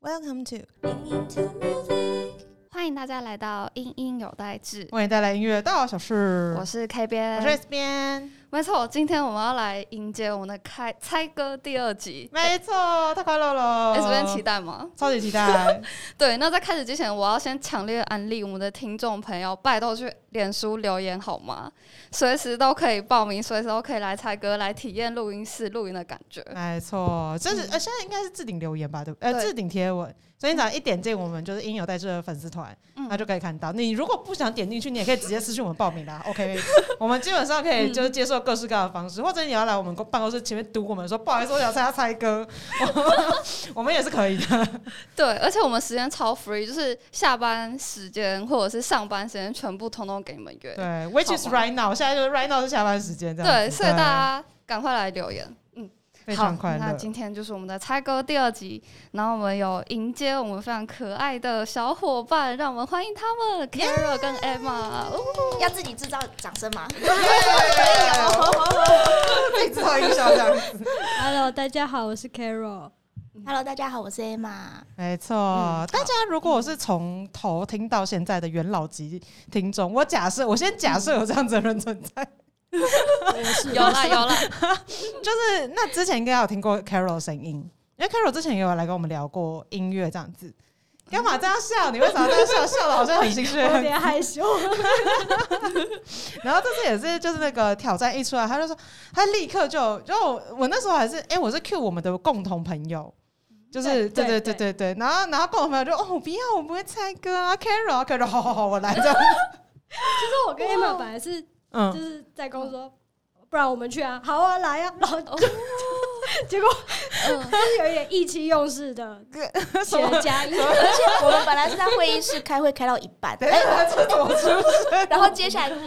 Welcome to，欢迎大家来到英英有代志，为你带来音乐大小事。我是 K 嗯我边是，S 边，没错，今天我们要来迎接我们的开猜歌第二集没错，太快乐了。 ，S 边期待吗？超级期 待，对，那在开始之前，我要先强烈安利我们的听众朋友，拜托去脸书留言好吗？随时都可以报名，随时都可以来猜歌，来体验录音室录音的感觉。没错，就是呃，现在应该是置顶留言吧，对不？呃，对置顶贴文。昨天早上一点进我们就是应有代志的粉丝团，嗯那就可以看到。你如果不想点进去，你也可以直接私信我们报名 啦。OK，我们基本上可以就是接受各式各样的方式，或者你要来我们公办公室前面堵我们说不好意思，我想参加猜 歌，我们也是 可以的。对，而且我们时间超 free，就是下班时间或者是上班时间，全部通通给你们约。对，which is 好吧 right now，现在就是 right now 是下班时间这样子。对，所以大家赶快来留言。非好，常快那乐。今天就是我们的猜歌第二集，然后我们有迎接我们非常可爱的小伙伴，让我们欢迎他们 Carol 跟 Emma。哦要自己制造掌声吗？自己制造啊营销这样子。 Hello，大家好，我是 Carol。 Hello，大家好，我是 Emma。没错，嗯大家如果我是从头听到现在的元老级听众，我假设我先假设有这样子的人存 在， 有啦有啦，就是那之前应该有听过 Carol 的声音，因为 Carol 之前也有来跟我们聊过音乐这样子。干嘛这样笑？你为什么这样笑？笑的好像很心虚。有点害羞，然后这次也是，就是那个挑战一出来，他就说他立刻就，就我我那时候还是，哎、我是 Q 我们的共同朋友，就是对对对对对对对，然后然后共同朋友就哦，我不要，我不会猜歌啊，Carol 啊 Carol，好好好，我来这样，就是我跟 Emma 本来是就嗯，是在公司说，哦不然我们去啊，好啊，来啊，然后就 结果嗯，就是有一点意气用 事的什么学加一，而且我们本来是在会议室开会，开到一半，等一下，这怎么出声？ 然后接下来啊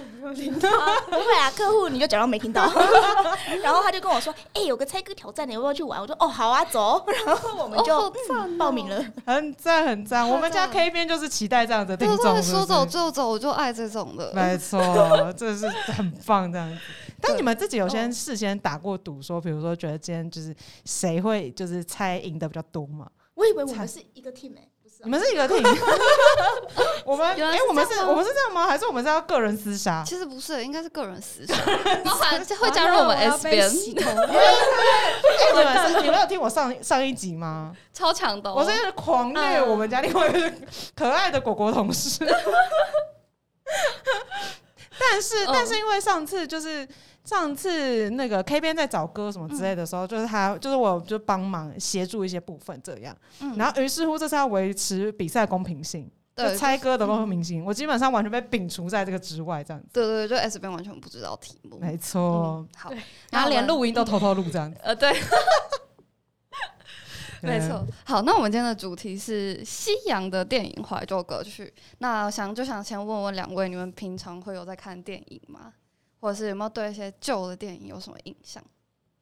不会啊，客户你就假装没听到。 然后他就跟我说：“哎、有个猜歌挑战，你要不要去玩？”我说：“哦，好啊，走。”然后我们就、哦好赞哦报名了。很赞很赞，我们家 K 边就是期待这样子的对听对，众，是说走不是？就走，我就爱这种的。没错，这是很棒这样子。但对你们自己有先事先打过赌，说比如说觉得今天就是谁会就是猜赢的比较多吗？我以为我们是一个 team 哎、不是、你们是一个 team，我们原哎、来是我们这是样吗我们是这样吗？还是我们是要个人厮杀？其实不是，应该是个人私 生，包含会加入我们然 S 后要被边，洗头哎你们是你们有听我上上一集吗？ 超强的哦。嗯我是狂虐我们家另外一个可爱的果果同事， 但是嗯但是因为上次就是。上次那个 K 边在找歌什么之类的嗯时候，就是他，就是我就帮忙协助一些部分这样，嗯然后于是乎这是要维持比赛公平性，就对嗯猜歌的公平性，我基本上完全被摒除在这个之外，这样子。对对，对就 S 边完全不知道题目。没错嗯，，好对，那然后我连们录音都偷偷录这样子。呃对。没对错，，好，那我们今天的主题是西洋的电影怀旧歌曲。那想就想先问问两位，你们平常会有在看电影吗？或者是有没有对一些旧的电影有什么印象？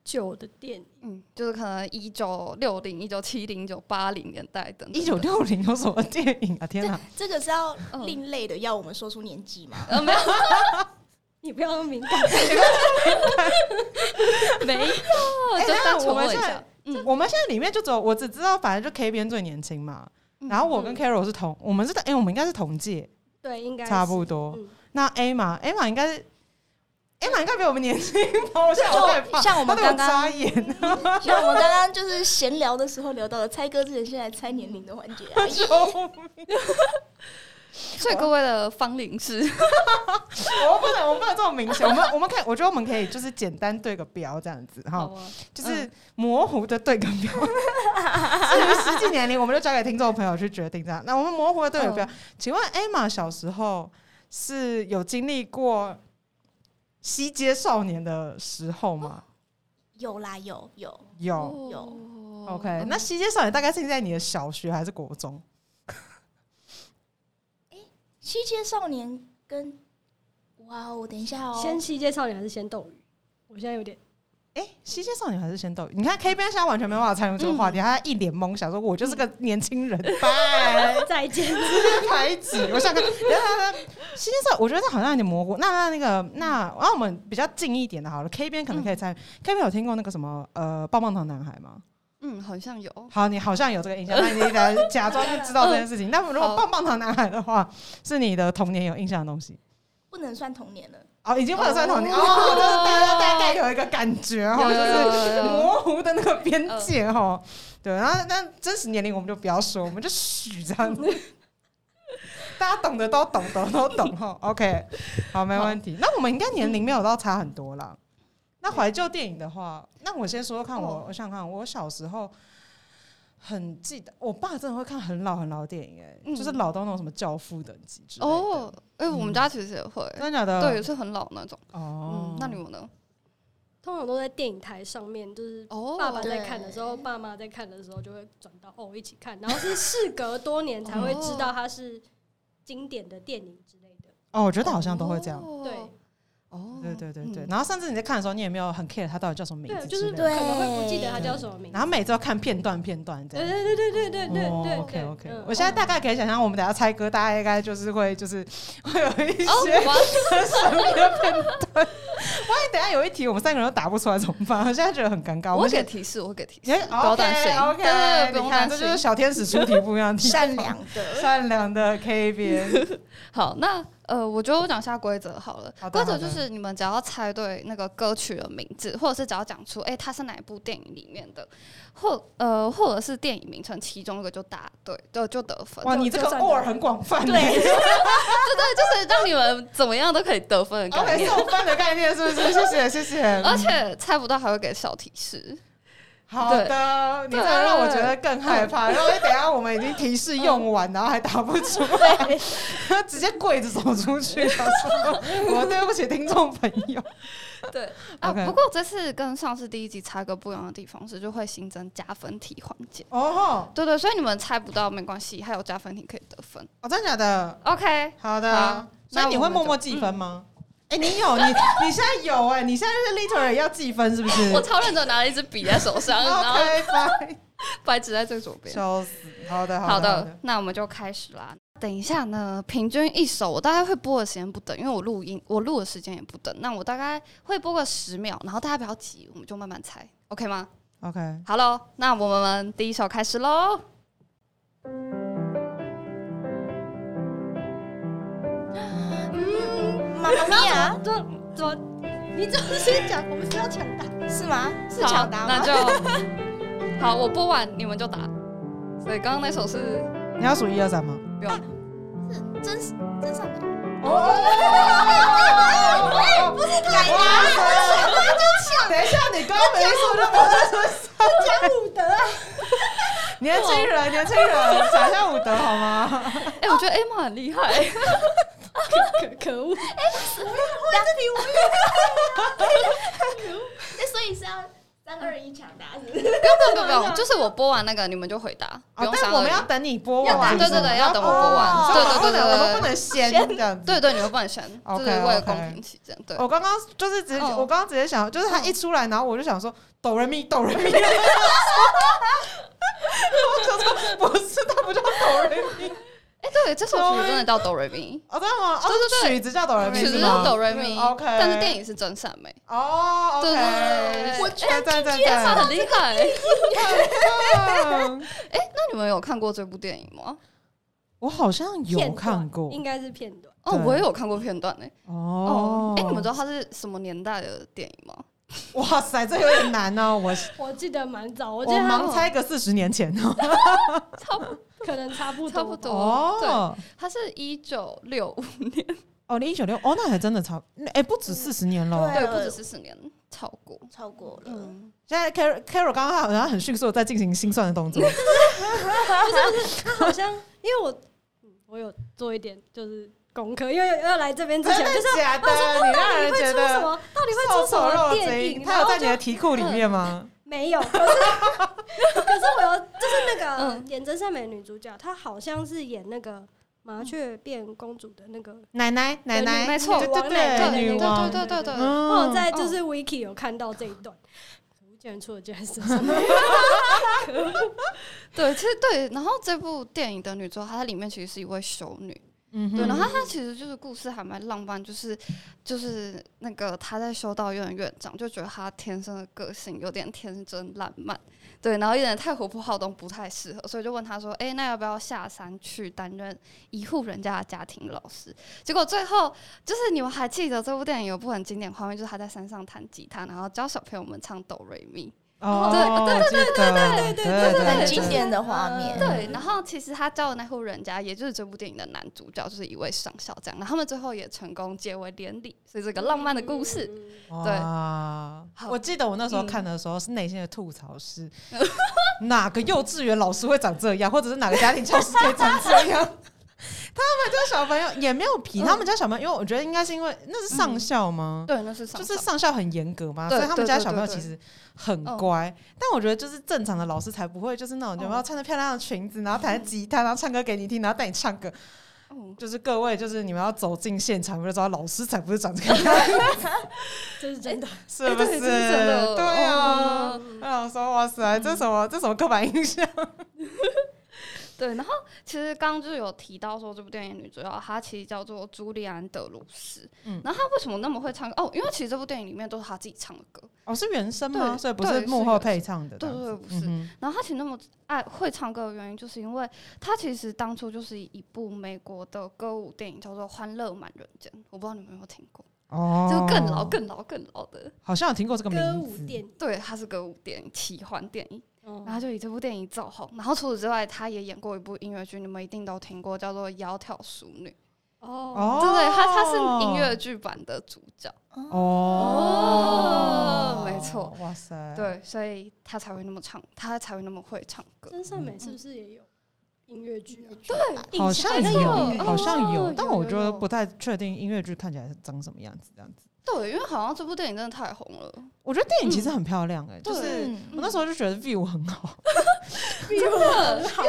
旧的电影，嗯，就是可能一九六零、一九七零、一九八零年代等等的。一九六零有什么电影啊？天哪！这个是要嗯另类的，要我们说出年纪 吗？呃没有你不要那么敏感， 没有，哎就那单纯我们问一现在下。嗯我们现在里面就只有我只知道，反正就 K 边最年轻嘛。嗯然后我跟 Carol 是同，我们是哎，我们应该是同届， 对，应该差不多。多嗯。那 A 嘛，A 嘛应该是。艾玛应该比我们年轻吧？我现在好害怕，就像我们她对刚刚眨眼，像我们刚刚就是闲聊的时候聊到了猜歌之前，现在猜年龄的环节 啊。救命所以各位的芳龄是，我们不能，我们不能这么明显。我们我们可以，我觉得我们可以就是简单对个标这样子哈。啊，就是模糊的对个 标，至于实际年龄，我们就交给听众朋友去决定这样。那我们模糊的对个标，请问 Emma 小时候是有经历过西街少年的时候吗？有啦，有有。有。有哦 OK，那西街少年大概是在你的小学还是国中？西街少年跟哇哦，等一下哦，先西街少年还是先斗鱼？我现在有点哎、西街少年还是嗯先斗鱼？你看 K 边现在完全没办法参与这个话题，他一脸懵，想说我就是个年轻人，拜。再见。 排挤。我想看，等一下新生，我觉得这好像有点模糊。那那那个，那然后我们比较近一点的，好了，K 边可能可以参与。K 边有听过那个什么呃棒棒糖男孩吗？嗯，好像有。好，你好像有这个印象，那 你来假装就知道这件事情。那么如果棒棒糖男孩的话，是你的童年有印象的东西不能算童年了。哦，已经不能算童年哦，就是大家大概有一个感觉哈，有有就是有有嗯有模糊的那个边界哈。对，然后那真实年龄我们就不要说，我们就许这 样子。大家懂的都懂，懂都懂哈。OK，好，没问题。那我们应该年龄没有到差很多啦。嗯那怀旧电影的话，那我先说说看我，我想想看，我小时候很记得，我爸真的会看很老很老的电影、哎、嗯就是老到那种什么《教父》等级之类的。嗯呃哦，哎，我们家其实也会，真的假的？对，也，是很老那种。哦嗯，，那你们呢？通常都在电影台上面，就是哦，爸爸在看的时候，爸妈在看的时候就会转到哦一起看，然后是事隔多年才会知道它是经典的电影之类的。哦，我觉得好像都会这样。哦对，哦，对对对对，嗯然后甚至你在看的时候，你也没有很 care 它到底叫什么名对，字就之是类可的，对能会不记得它叫什么名字然。后每次要看片段片段这对样。对对对对对对对。 OK OK，嗯哦我现在大概可以想象，我们等下猜歌，大家应该就是会就是会有一些哦，神哇，秘的片段。 万一等下有一题我们三个人都答不出来怎么办？我现在觉得很尴尬。我现给提示，我给提示，哎不要担心，OK，对对对 OK，不用你担看心这就是小天使出题不一样的地方，善良的，善良的 K 边，好，那呃，我觉得我讲一下规则好了好。的规则好就的是你们只要猜对那个歌曲的名字，或者是只要讲出诶哎它是哪一部电影里面的，或呃或者是电影名称其中一个就答对，就就得分。哇，就你这就个算 or 很广泛，对，对，就是让你们怎么样都可以得分的概，OK，念。送分的概念是不是？谢谢谢谢，而且猜不到还会给小提示，好对的，你对这样让我觉得更害怕。然后等一下我们已经提示用完，然后还打不出来， 直接跪着走出去，想说 我对不起听众朋友。对啊。 OK 不过这次跟上次第一集猜歌不一样的地方是，就会新增加分题环节。哦，对对，所以你们猜不到没关系，还有加分题可以得分。哦，真的假的？ OK，好好的，所以那你我会们默就默计分吗？哎，你有你你现在有哎，你现在就是 literally 要计分是不是我超认真拿了一支笔在手上，然后 ？OK，拜， 白纸在最左边。笑死，好的好好的好的的，，那我们就开始啦。等一下呢，平均一首我大概会播的时间不等，因为我录音我录的时间也不等。那我大概会播个十秒，然后大家不要急，我们就慢慢猜，OK 吗？ OK，好喽，那我们第一首开始喽。妈妈咪呀，这怎么？你这么先讲，我们是要抢答。是吗？是好抢答那吗？就 好，我播完你们就打。所以刚刚那首是你要数一二三吗？不用，真真上面，哦，不是改答，等一下，你刚刚没说就不是说讲武德啊，年轻人，年轻人，讲一下武德好吗？哎、我觉得 Emma 很厉害。可可恶！那哎所以是要三二一抢答，是不是？不用不用，就是我播完那个，你们就回答，不哦用，但想我们要等你播要完，等对对对要等我播完哦对对不能对对对对我们不能先这样子。对对，你们不能选，就是为 OK，OK 了公平起见，对。我刚刚就是直接，哦我刚刚直接想，就是他一出来，然后我就想说哆来咪哆来咪， 我想说不是，他不叫哆来咪，哎，对，这首曲子真的叫哆瑞咪，哦，真的吗？哦对对对曲子叫哆来咪，曲子叫哆来瑞咪嗯，OK 但是电影是真善美，哦对，OK，对对我居然在在他在，很厉害。很棒 那你们有看过这部电影吗？我好像有片段看过应该是片段。哦，对我也有看过片段呢。哦哦，，哎，你们知道它是什么年代的电影吗？哇塞，这有点难哦！我我记得蛮早，我我记得他们盲猜个四十年前哦。差不可能差不多，差不多哦它是一九六五年，哦，你一九六哦，那还真的差，哎、不止四十年了。对对，不止十四年，超过。超过了，嗯，现在 Carol Carol 刚刚好像很迅速的在进行心算的动作。他好像因为我嗯我有做一点就是功课，因为要来这边之前就是假的，你让人觉出什得么，到底会受出什宠若么电惊。影，他然有后在你就的题库里面吗？没有，可是 可是我有就是那个嗯演真善美的女主角，她好像是演那个麻雀变公主的那个，奶奶奶奶，没错哦对对王奶对，奶女对王。对对对对对，我有嗯，在就是 Wiki 有看到这一段，我竟然出了这件事情，对，其实对。然后这部电影的女主角，她在里面其实是一位修女，嗯哼对，然后他其实就是故事还蛮浪漫，就是就是那个他在修道院的院长就觉得他天生的个性有点天真烂漫，对，然后有点太活泼好动，不太适合，所以就问他说：“哎、那要不要下山去担任一户人家的家庭老师？”结果最后就是你们还记得这部电影有部很经典画面，就是他在山上弹吉他，然后教小朋友们唱《哆瑞咪》。哦，对对对对对对对很经典的画嗯面。对，然后其实他教的那户人家，也就是这部电影的男主角，就是一位上校这样。然后他们最后也成功结为连理，所以这个浪漫的故事。嗯对哇好我记得我那时候看的时候是内心的吐槽是，嗯 哪个幼稚园老师会长这样，或者是哪个家庭教师可以长这 样？他们家小朋友也没有嗯比他们家小朋友，因为我觉得应该是因为那是上校吗？对，那是嗯上就校是上校很严格嘛，对所以他们家对对小朋友对其实很嗯乖。但我觉得就是正常的老师才不会，就是那种有没有哦穿着漂亮的裙子，然后弹着吉他，然后唱歌给你听，然后带你唱歌。嗯就是各位，就是你们要走进现场，你们就知道老师才不是长这个样子，这是真的。是不哎对是？这是真的对啊哦。我想说，哇塞，这什么这什么刻板印象？对，然后其实刚刚就有提到说，这部电影女主角她其实叫做朱莉安·德鲁斯。嗯然后她为什么那么会唱歌？哦，因为其实这部电影里面都是她自己唱的歌。哦，是原声吗？对所以不对是是幕原后声配唱的这对样子。对对，不是。嗯哼然后她其实那么爱会唱歌的原因，就是因为她其实当初就是以一部美国的歌舞电影叫做《欢乐满人间》，我不知道你们有没有听过，哦，就更老、更老、更老的。好像有听过这个歌名舞字。电影，对，它是歌舞电影，奇幻电影。哦然后就以这部电影走红。然后除此之外，她也演过一部音乐剧，你们一定都听过，叫做《窈窕淑女》。哦哦，对对，他他是音乐剧版的主角，哦哦，没错。哇塞，，对，所以他才会那么唱，他才会那么会唱歌。真善美是不是也有音乐剧啊？ 对好像好像有好像有哦，但有我有觉得有不太确定音乐剧看起来是长什么样子。这样子，对，因为好像这部电影真的太红了，我觉得电影其实很漂亮哎，就是嗯我那时候就觉得 view 很好，真的好，嗯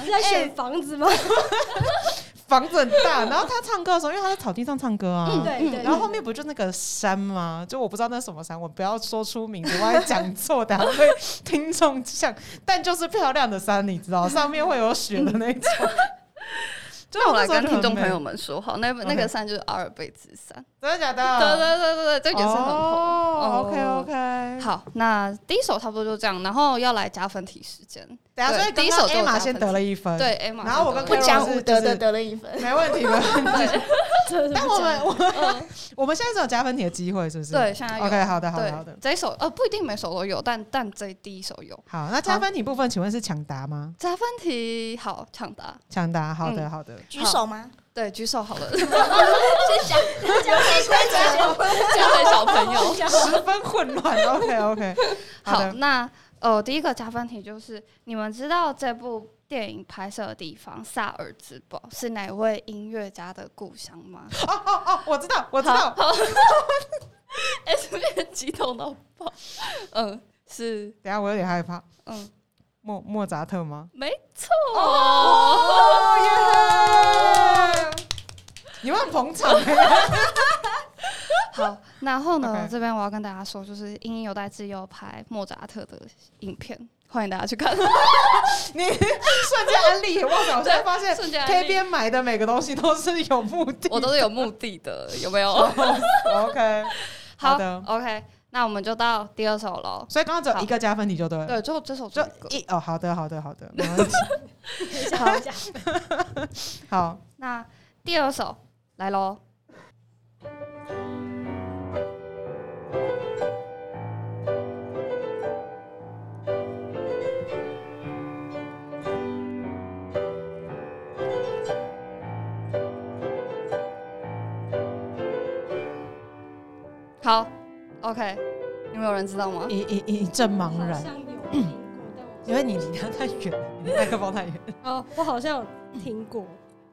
哎是在选房子吗？房子很大。然后他唱歌的时候，因为他在草地上唱歌啊，嗯对对。然后后面不就那个山吗？就我不知道那是什么山，我不要说出名字，万一讲错，等下被听众像。但就是漂亮的山，你知 道，上面会有雪的那种。就那我那来时候跟就听很众朋美友，们说好，那那 OK 个山就是阿尔卑斯山，真的假对的？对对对对，这也是很哦红。 OK OK，，好，那第一首差不多就这样，然后要来加分题时间。等下所以对刚第一刚首就 A 有马加先分得题了一分，对，A 马嗯然后我不跟讲武德就是的得了一分，没问题没问 题。对但我们我们 我们现在只有加分题的机会，是不是？嗯对现在有 OK，好的好的好对的，。这一首呃不一定每首都有，但但这第一首有。好，那加分题部分，请问是抢答吗？加分题好抢答，抢答，好嗯的好的。举手吗？ 对，举手 好了。交讲讲给小朋友。十分混乱。OK OK，好 好，的，那呃，第一个加分题就是，你们知道这部电影拍摄的地方萨尔兹堡是哪位音乐家的故乡吗？哦哦哦，我知 道我知道， S 面激动到爆。 嗯，是等一下我有点害怕。嗯，莫莫扎特吗？没错。哦耶！你们很捧场欸，好，然后呢 OK 这边我要跟大家说，就是《英英有代自由》拍莫扎特的影片，欢迎大家去看。你瞬间安利，哇塞！我现在发现瞬间安利 K 边买的每个东西都是有目的。哦我都是有目的的，有没有？ OK，好的。 ，OK，那我们就到第二首喽。所以刚刚只有一个加分题就对了，对，最后这首就这个。一哦，好的好的好的，没问题。好，好，那第二首来喽。好，OK，你们有人知道吗？一一一一阵茫好然，像有听过，但我因为你离他太远了，你麦克风太远。哦，我好像有听过，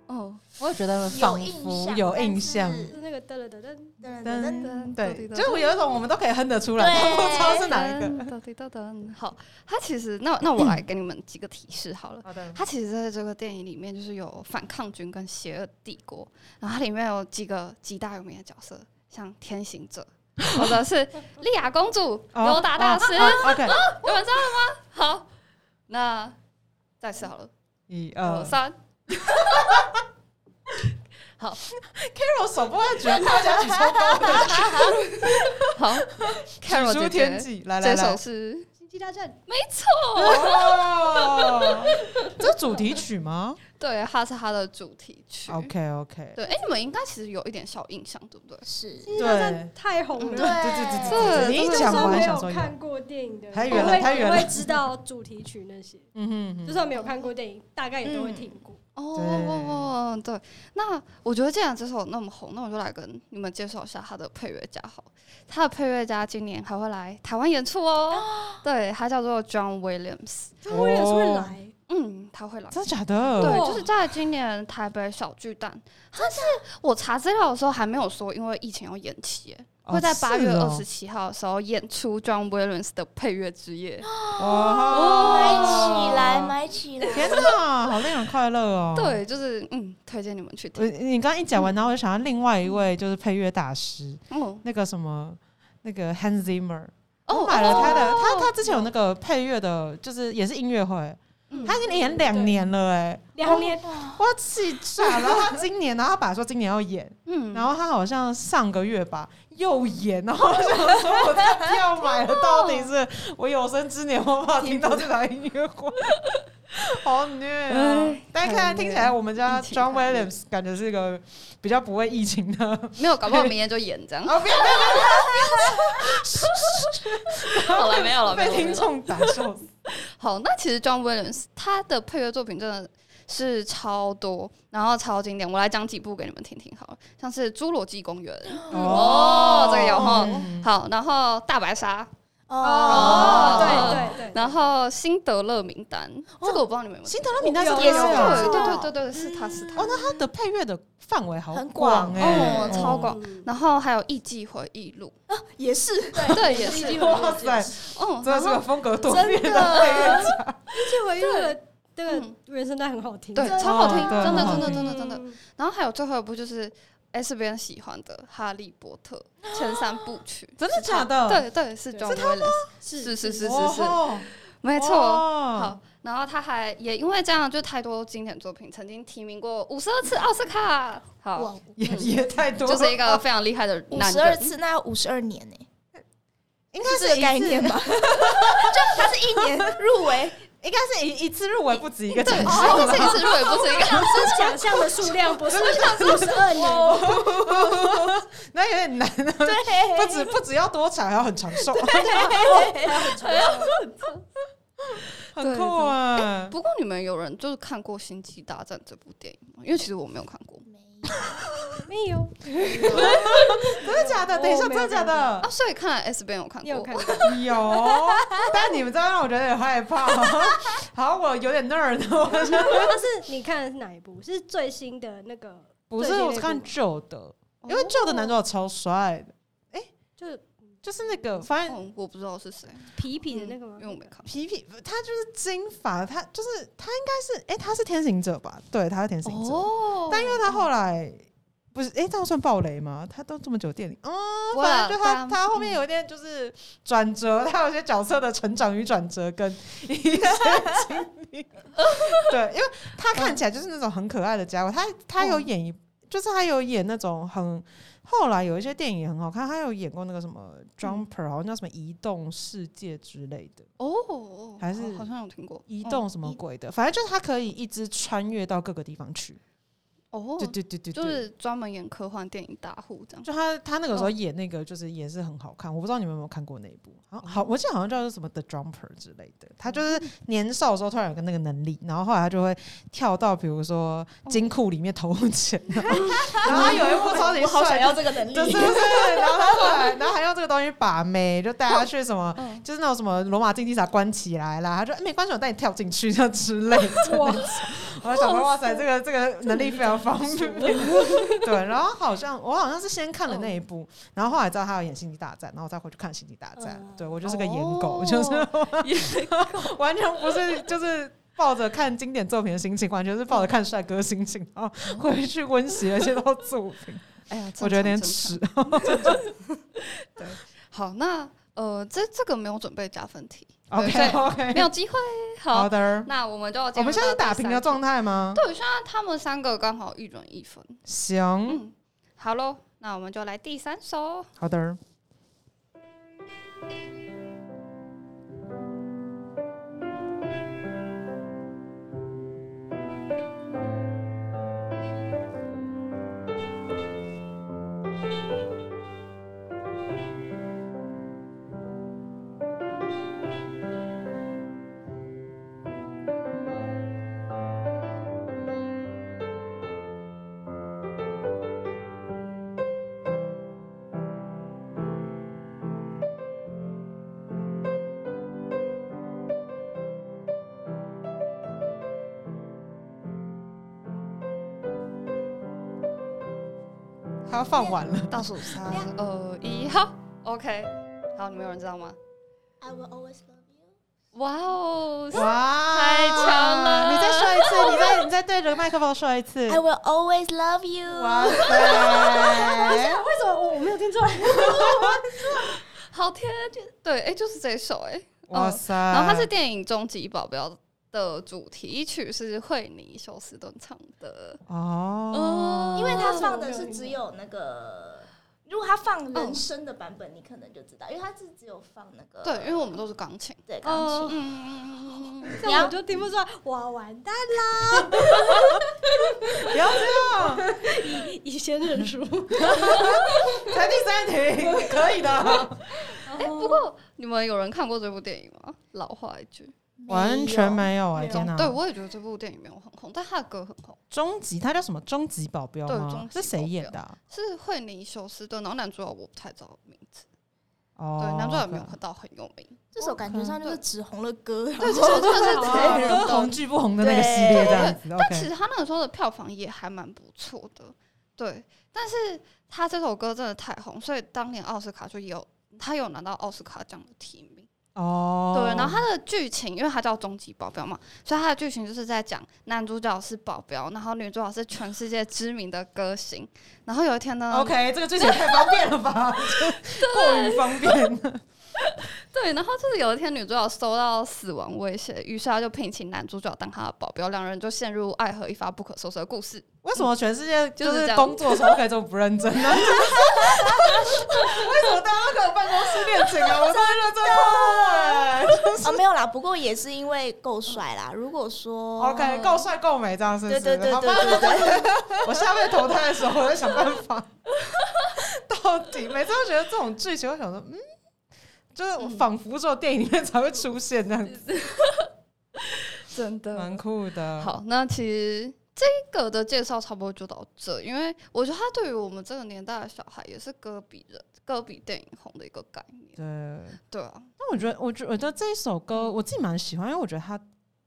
哦，我也觉得有仿印佛象，有印象。是那个噔噔噔噔，但是噔噔对，对就是我有一种我们都可以哼得出来，对但不知道是哪一个。噔噔噔噔，好，它其实那那我来给你们几个提示好了。好的，它其实在这个电影里面就是有反抗军跟邪恶帝国，然后它里面有几个极大有名的角色，像天 行者，或者是莉亚公主、哦尤达大师，哦哦 OK，有人知道了吗？好，那再次好了，一二二三， ，Carol 手不会举大家举超高的，好举，Carol 出姐天姐，际，来来这首来，是星鸡大战没错，哦，这主题曲吗对，它是它的主题曲。 ？OK OK，对，哎、你们应该其实有一点小印象，对不对？是鸡大战太红对了，对对这对，你一就讲算我还没想有说有，看过电影的，太人，远了我会太远了我会知道主题曲那些，嗯哼就嗯算没有看过电影，大概也都会听过。哦对哦，哦对，那我觉得既然这首那么红，那我就来跟你们介绍一下他的配乐家好了。他的配乐家今年还会来台湾演出哦，啊对，他叫做 John Williams，但我也是会哦来，嗯，他会来。真的假的？对，哇就是在今年台北小巨蛋，但是我查资料的时候还没有说，因为疫情要延期耶，哦会在八月是二哦十七号的时候演出 John Williams 的配乐之夜。哦买起来，买起来，天哪，好令人快乐哦！对，就是嗯，推荐你们去我，听。呃你刚刚一讲完，然后我就想到另外一位就是配乐大师，哦那个什么，那个 Hans Zimmer，我哦，买了他的，哦他他之前有那个配乐的，就是也是音乐会，嗯他已经演两年了哎，两年我气炸了。然后他今年，然后他本来说今年要演，嗯然后他好像上个月吧又演，然后我想说我这票买了，到底是我有生之年我无法听到这场音乐 会，好虐啊哎！但看来太虐听起来我们家疫情 John 太虐 Williams 感觉是一个比较不会疫情的，没有，搞不好明天就演 这样。啊不要不要好了，没有了，没被有了没有听了。众打受死。好，那其实 John Williams 他的配乐作品真的是超多，然后超经典。我来讲几部给你们听听好了，像是《侏罗纪公园》哦，这个有哈。嗯好，然后大白鲨，哦，哦对对对，然后辛德勒名单，这个我不知道你们有没有听辛德勒名单是有他过。勒也的是哦对对哦对对对，是他是他哦，。那他的配乐的范围好很广广哎，哦超广嗯然后还有《艺伎回忆录也是，》，对，也是。哇塞，哦，真的然是后个风格多真变的的配乐家。这回这个这个嗯原声带很好听，对，真的超好听，哦对真的很好真的听真的真的。然后还有最后一部就是 S 边喜欢的《哈利波特》前三部曲，真的假的？对对是对 John Williams，是是是是哦是是，吼，没错。错好，然后他还也因为这样，就太多经典作品曾经提名过五十二次奥斯卡，好，哇，哦也也太多哦了，就是一个非常厉害的五男十二人。次，那要五十二年呢，应是该这是个概一次念，吧？就他是一年入围，应该是一一次入围不止一个奖对，项。所以这是一次入围，不是一个。是奖项的数量，不是五十二年。 那有点难啊。对，不止不止要多产，还要很长寿，很酷啊！ 不过你们有人就是看过《星际大战》这部电影吗？因为其实我没有看过没有，真的假的？等一下，真我没有的假的啊，？所以看来 S 边有看你有过。看过？有，但你们这样让我觉得有点害怕。 好，我有点 nerd，我 但哦是你看的是哪一部？是最新的那个？不是最新我那看部旧的，哦因为旧的男主角超帅的，就是就是那个反正哦，我不知道是谁，嗯皮皮的那个吗？因为我没看过。皮皮他就是金发，他就是他应该是哎他是天行者吧？对，他是天行者。哦但因为他后来不是，哎、这样算暴雷吗？他都这么久电影，嗯，不会啊反啦正就他当他后面有一点就是转折，他有些角色的成长与转折 跟一些经历，对，因为他看起来就是那种很可爱的家伙，他他有演一，就是他有演那种很。后来有一些电影也很好看，他有演过那个什么《Jumper》，好像嗯叫什么《移动世界》之类的，哦，还是好好像有听过哦移动什么鬼的，反正就是他可以一直穿越到各个地方去。哦，对对对对，对就是专门演科幻电影大户这样。就他他那个时嗯候演那个就是也是很好看，我不知道你们有没有看过那一部，好嗯好我记得好像叫做什么 The Jumper 之类的。他就是年少的时候突然有个那个能力，然后后来他就会跳到比如说金库里面投钱，然 后然后他有一部超级哦我好想帅要的，这个能对是力不。 是？然后他后来然后还用这个东西把妹，就带他去什么。嗯，就是那种什么罗马竞技场关起来啦，他说、哎没关系，我带你跳进去这样之类的那种。我就想说，哇塞，这个这个能力非常方便。 对，然后好像我好像是先嗯看了那一部，然后后来知道他有演《星际大战》，然后再回去看《星际大战》嗯对我就是个颜哦狗，就是完全不是就是。抱着看经典作品的心情，完全是抱着看帅哥的心情，然后回去温习了这套作品，哎呀，我觉得有点嗯正常。正耻。常好，那呃，这这个没有准备加分题，对 OK 所 OK，以没有机会。哎好好，的，那我们就我们现在是打平的状态。态吗？对，现在他们三个刚好一人一分。行，嗯，好喽，那我们就来第三首。好的。他要放完了。倒数三二一，好，OK。好，你们有人知道吗？ I will always love you。哇哦，哇太强了哎你再说一次，你再你再对着麦克风说一次。 I will always love you。哇塞！哦为什么我我没有听出来？好贴切，对，哎、就是这一首、哎。哇塞！然后它是电影《终极保镖》的主题曲，是惠妮休斯顿唱的。哦，哦，因为他放的是只有那个，如果他放人声的版本，你可能就知道，因为他是只有放那个对，因为我们都是钢琴。对钢哦琴。嗯，嗯嗯嗯这样我就听不出来，哇，完蛋不要这样，了！以前认 输。才第三题，可以的，哎，不过你们有人看过这部电影吗？老话一句，完全没有哎，没有天哪！对我也觉得这部电影没有很红，但他的歌很红，终极，它叫什么？终极保镖对吗终？极是谁保演镖的啊？是惠妮休斯顿，然后男主角我不太知道名字，哦，对，男主角也没有对到很有名，这首感觉上就是只红了歌，然后对，就是真哦 的是好直接歌人红都剧不红的那个系列这哦对对样对子。但其 OK，实他那个时候的票房也还蛮不错的，对。但是他这首歌真的太红，所以当年奥斯卡就有他有拿到奥斯卡奖的提名。哦，对，然后它的剧情，因为它叫《终极保镖》嘛，所以它的剧情就是在讲男主角是保镖，然后女主角是全世界知名的歌星。然后有一天呢 OK，这个剧情也太方便了吧，过于方便了。对，然后就是有一天女主角收到死亡威胁，于是她就聘请男主角当她的保镖，两人就陷入爱河一发不可收拾的故事。为什么全世界就就是是这样工作的时候可以这么不认真呢？为什么大家都跟我办公室恋情啊？我都在认真看我。啊没有啦，不过也是因为够帅啦。如果说 OK，够帅够美，这样是不是？对对对好对吧对对，我下辈子投胎的时候，我在想办 法。到底每次都觉得这种剧情，我想说，嗯，就是我仿佛只有电影里面才会出现这样子，真的蛮酷的。，好，那其实这个的介绍差不多就到这，因为我觉得它对于我们这个年代的小孩也是歌比人歌比电影红的一个概念。对。对啊，但我觉得，我觉我觉得这一首歌我自己蛮喜欢，因为我觉得它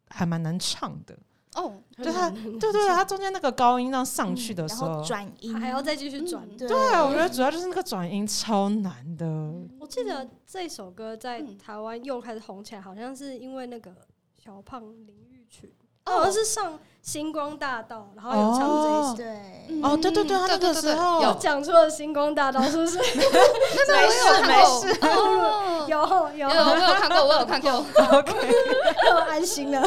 还蛮难唱的。哦，就它，对对，它中间那个高音这样上去嗯的时然候后，转音还要再继续转。对对，我觉得主要就是那个转音超难的。我记得这首歌在嗯台湾又开始红起来，好像是因为那个小胖林育群，哦好像是上星光大道，然后有唱这一首。对，哦对对对嗯他那个时候有我讲错了星光大道 是不是？那个我有看过，哦有有有我有看过，我有看过， 有安心了。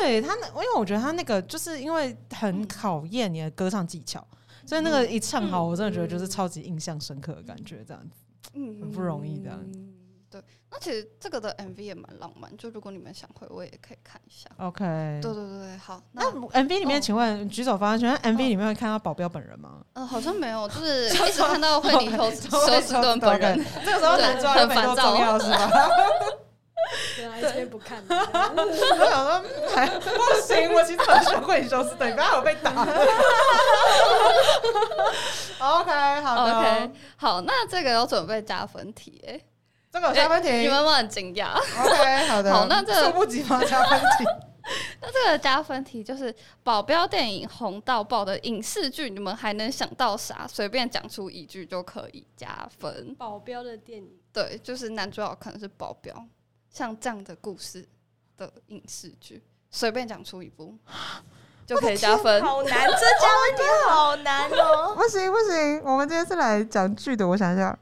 对他那，因为我觉得他那个就是因为很考验你的歌唱技巧，所以那个一唱好，我真的觉得就是超级印象深刻的感觉，这样子嗯很不容易这样对，那其实这个的 MV 也蛮浪漫，就如果你们想回味，也可以看一下。 OK，对对对，对好，那那哦 MV 里面，哦请问举手发言，请问 MV 里面会看到保镖本人 吗？嗯，好像没有，就是一直看到惠妮休休斯顿本人， OK，这个时候男装有没多重要是 吧？原来这边不看了，我想说，嗯还 不行，我其实很喜欢惠收拾的，你不要有被 打。OK，好的 OK，好，那这个要准备加分题、欸，这个有加分哎你题。们会很惊讶。 OK，好的，好那这个猝不及防加分 题。那这个加分题就是保镖电影红到爆的影视剧，你们还能想到啥？随便讲出一句就可以加分。保镖的电影对，就是男主角可能是保镖，像这样的故事的影视剧，随便讲出一 部就可以加分。好难，这家问题好难哦。不行不行，我们今天是来讲剧的，我想一下，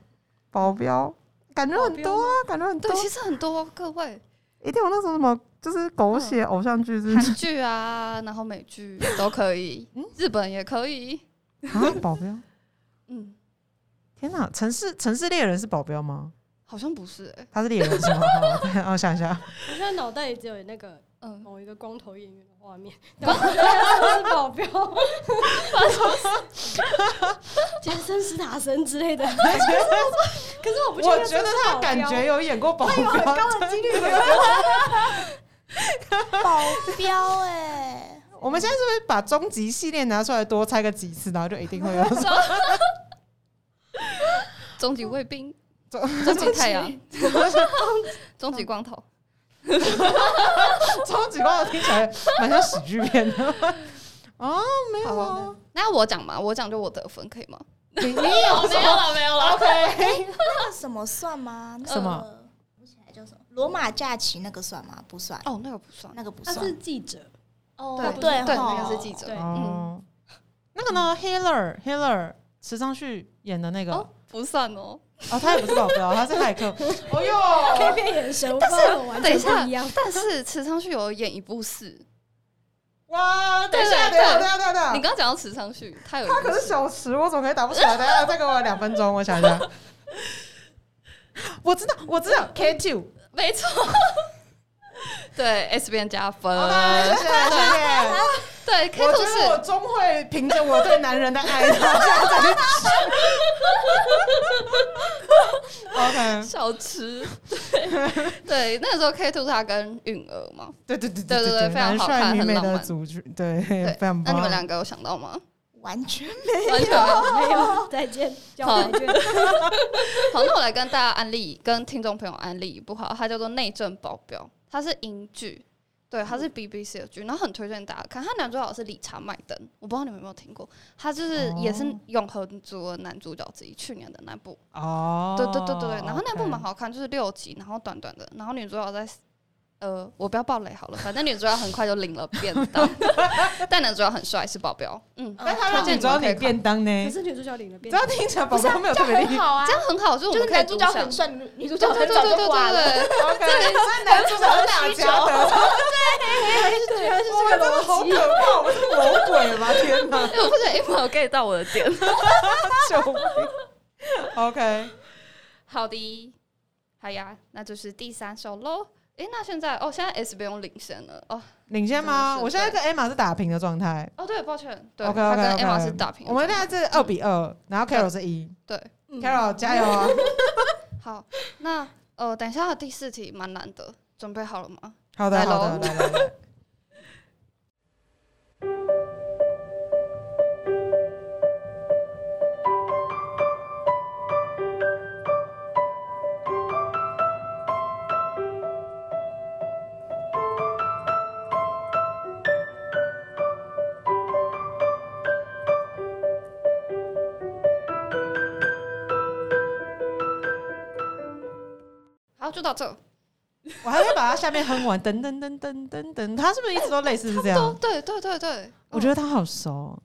保镖感觉很多啊，感觉很多对，，其实很多各位一定有那种什么就是狗血嗯偶像剧是不 是韩剧啊，然后美剧都 可以，嗯日本也可以，啊，保镖。嗯，天哪，城市城市猎人是保镖吗？好像不是、欸，他是猎人是吗？好对，我想一下，我现在脑袋里只有那个嗯，哦某一个光头演员的画 面，然后他是保镖， 杰森·斯塔森之类的。可是我不确定我觉得是他保镖感觉有演过保镖，高的几率保镖哎，我们现在是不是把终极系列拿出来多猜个几次，然后就一定会有？终极卫兵、 终嗯终极太阳、终极光头，终极光头听起来蛮像喜剧片的。没好有吧啊。那我讲嘛，我讲就我得分可以吗？ 你你有没有了，没有哦了。OK，那什么算吗？那个什么？我想起来叫什么？罗马假期那个算吗？不算，哦，那个不算，那个不他算。是记者，哦对对对，吼那个是记者对， 哦，那个呢？Hiller Hiller 池昌旭演的那个哦哦，不算哦。他也不是保镖，他是骇客。哦哟， K 片眼神，但是完等一全下不一样。但是池昌旭有演一部是，哇！等一对下，对等一下，等一下，等一下你。刚刚讲到池昌旭，他有一啊他部可是是，小池，我怎么可能打不出来？等一下，再给我两分钟，我想一下。我知道，我知道，K two，没 错，对 S 边加分，好吧，谢谢，谢对谢。 K 我兔觉得我是终会凭着我对男人的爱，然后下再去吃。OK，小池，对对，那个时候 K 兔他跟允儿嘛，对对对对对对非常男好看帅女很美浪的漫组织，对，对非，常那棒。你们两个有想到吗？完全完全没有。 没 有，再见，交好白卷。好，那我来跟大家安利，跟听众朋友安利一部好，它叫做《内政保镖》，它是英剧，对，它嗯是 BBC 的剧，然后很推荐大家看。它男主角是理查麦登，我不知道你们有没有听过，他就是也是哦永恒族的男主角之一，去年的那部，哦，对对对对对。然后那部 OK 蛮好看，就是六集，然后短短的，然后女主角在。呃，我不要爆雷好了，反正女主角很快就领了便当， 但男主角很帅，是保镖，嗯，但他让推荐你抓们可以你看便当呢可，是女主角领了只变要听起来宝不是啊宝没有这特样别厉很害。好啊这。样很好，就是我就们可是以男主角独享很帅，女女主对角对很对早对就对挂了。对， OK，所以男主角是打架的，居然是我这们个真的好逻辑可。怕，我们是魔鬼 吗？天哪，因为我不觉得 April get 到我的点。救命！OK， 好的，好呀，那就是第三首喽。诶，那现在哦，现在 S 不用领先了哦领先真的吗？是我现在跟 Emma 是打平的状态。哦，对，抱歉，对 OK 他 OK 跟 OK， Emma 是打平的我们现在是二比二，然后对嗯 Carol 是一对，嗯，Carol 加油啊！好，那呃，等一下第四题蛮难的，准备好了吗？好的来好喽的，来来来，好，就到这。我还会把它下面哼完，噔噔噔噔噔噔，他是不是一直都类似是这都嗯样？对对对对，啊我觉得他好熟。哦嗯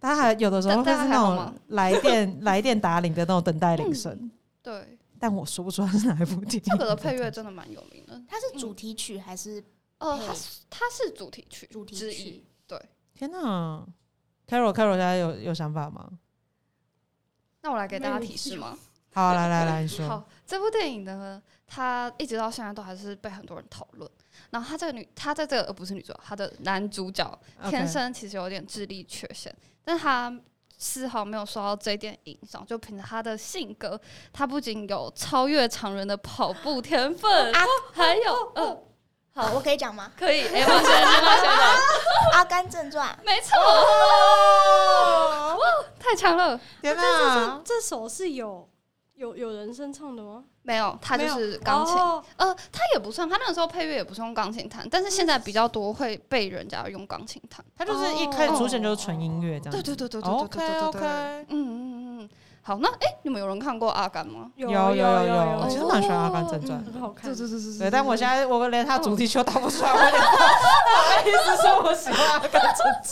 他还有的时候会但但是还那好吗种来电来电打铃的那种等待铃声，对对，但我说不出来是哪一部电影。这个的配乐真的蛮有名的。它是主题曲还是呃，配它是它是主题曲嗯主题之曲一，对。天哪，Carol Carol，大家有有想法吗？那我来给大家提示吗？ 好，来来来，你说。好，这部电影呢，它一直到现在都还是被很多人讨论。然后他这个女，他在这个呃不是女主角，他的男主角 OK 天生其实有点智力缺陷，但他丝毫没有受到这一点影响。就凭着他的性格，他不仅有超越常人的跑步天分，啊还有呃，好？我可以讲 吗？可以，哎、我先，我先来， 《阿甘正传没错，哦太强了。天哪！嗯这首是有有有人声唱的吗？没有，他就没有是钢琴，哦呃，他也不算，他那个时候配乐也不是用钢琴弹，但是现在比较多会被人家用钢琴弹。他就是一开始出现就是纯音乐这样。哦对对对对对对对 OK 对对对 OK，嗯嗯嗯嗯，好，那哎、诶你们有人看过《阿甘》吗？有有有有有，有我其实哦蛮喜欢《阿甘正传》很好看。对对对，但我现在我连他主题曲都打不出来，我有点不好意思说我喜欢《阿甘正传》。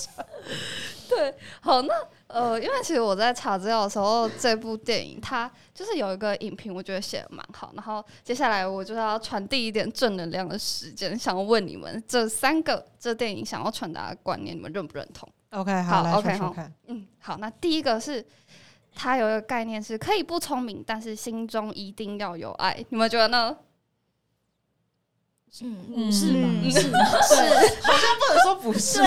对，好，那呃，因为其实我在查资料的时候，这部电影它就是有一个影评，我觉得写的蛮好。然后接下来我就是要传递一点正能量的时间，想要问你们这三个这电影想要传达的观念，你们认不认同？ OK，好来 OK，说好说看。嗯，好，那第一个是。它有一个概念是可以不聪明，但是心中一定要有爱。你们觉得呢？》。嗯，嗯，是吗？嗯是是，好像不能说不是，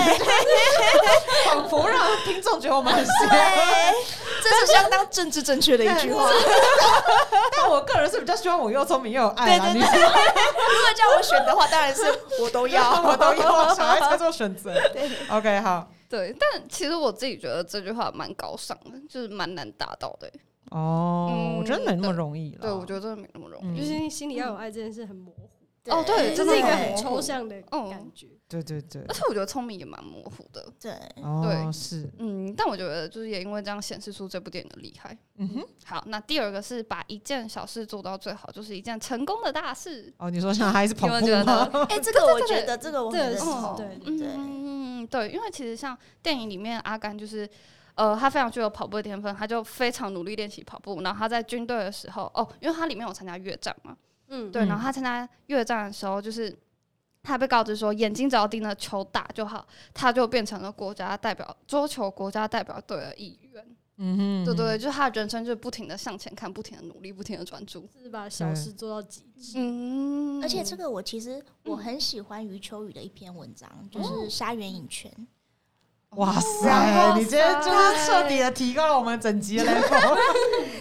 仿佛让听众觉得我们很邪恶。 这是相当政治正确的一句 话。但我个人是比较希望我又聪明又有爱啦，对你对如果叫我选的话，当然是 我 都要，我都要，小孩才做选择。对 OK，好，对，但其实我自己觉得这句话蛮高尚的，就是蛮难达到的欸。哦嗯我觉得没那么容易了。啊对，我觉得真的没那么容易。嗯就是心里要有爱这件事很模糊，哦对真这是的一个很很抽象的感觉。对对 对而，且我觉得聪明也蛮模糊的，对，哦对是，嗯，但我觉得就是也因为这样显示出这部电影的厉害。嗯哼，好，那第二个是把一件小事做到最好，就是一件成功的大事。哦你说像他还是跑你有步没有觉吗？哎， 这个我对觉得这个我这很个认是同，对对，嗯，对，因为其实像电影里面阿甘就是，呃，他非常具有跑步的天分，他就非常努力练习跑步。然后他在军队的时候，哦，因为他里面有参加越战嘛，嗯，对，嗯然后他参加越战的时候，就是他被告知说，眼睛只要盯着球打就好，他就变成了国家代表桌球国家代表队的一员。嗯哼，对对对，就是他的人生就是不停的向前看，不停的努力，不停的专注。是把小事做到极致。嗯，而且这个我其实我嗯很喜欢余秋雨的一篇文章，就是沙原影拳。哇哇塞，塞你今天就是彻底的提高了我们整集的 level，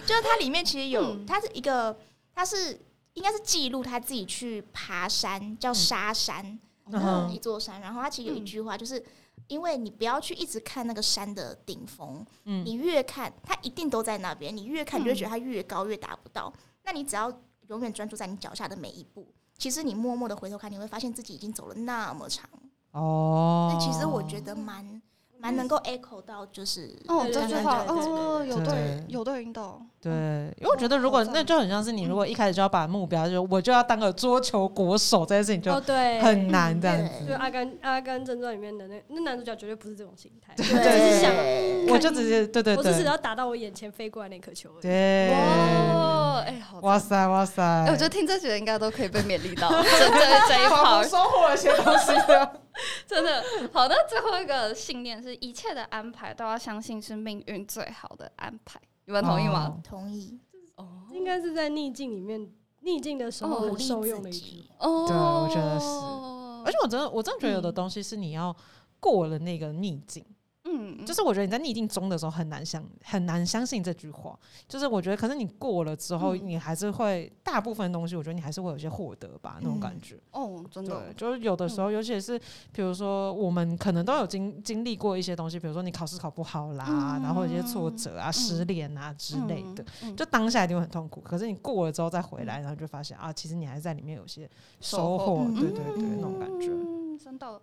就是它里面其实有，嗯它是一个，它是应该是记录他自己去爬山，叫沙山，嗯哼一座山。然后他其实有一句嗯话，就是因为你不要去一直看那个山的顶峰，嗯你越看它一定都在那边，你越嗯看你就会觉得它越高越达不到。那你只要永远专注在你脚下的每一步。其实你默默的回头看，你会发现自己已经走了那么长。哦那、其实我觉得蛮蛮能够 echo 到，就是嗯哦，对这对句对话对对对哦，有对对有对应到，对，因为我觉得如果那就很像是你如果一开始就要把目标，就我就要当个桌球国手这件事情就哦，对，很难这样对子。就《阿甘阿甘正传》里面的那那男主角绝对不是这种心态，对对只是想我就直接对对我只是对要打到我眼前飞过来那颗球而已。对，哇，哎，好哇赞，塞哇塞，哎，我觉得听这些应该都可以被勉励到，真的这一仿跑佛收获了些东西啊 的。真的好。那最后一个信念是一切的安排都要相信是命运最好的安排，你们同意吗？同意。哦，应该是在逆境里面，逆境的时候哦很受用的一自句己话。哦，对我觉得是哦而且我真的我真的觉得有的东西是你要过了那个逆境，嗯，就是我觉得你在逆境中的时候很难相很难相信这句话，就是我觉得可是你过了之后，嗯你还是会大部分东西，我觉得你还是会有一些获得吧那种感觉。哦，真对，的，就是有的时嗯候，尤其是比如说，我们可能都有经经历过一些东西，比如说你考试考不好啦，嗯然后有一些挫折啊、失恋啊之类的，嗯，嗯嗯就当下一定会很痛苦。可是你过了之后再回来，然后就发现啊，其实你还是在里面有些收收获获，对对对，那种感觉。嗯，真的。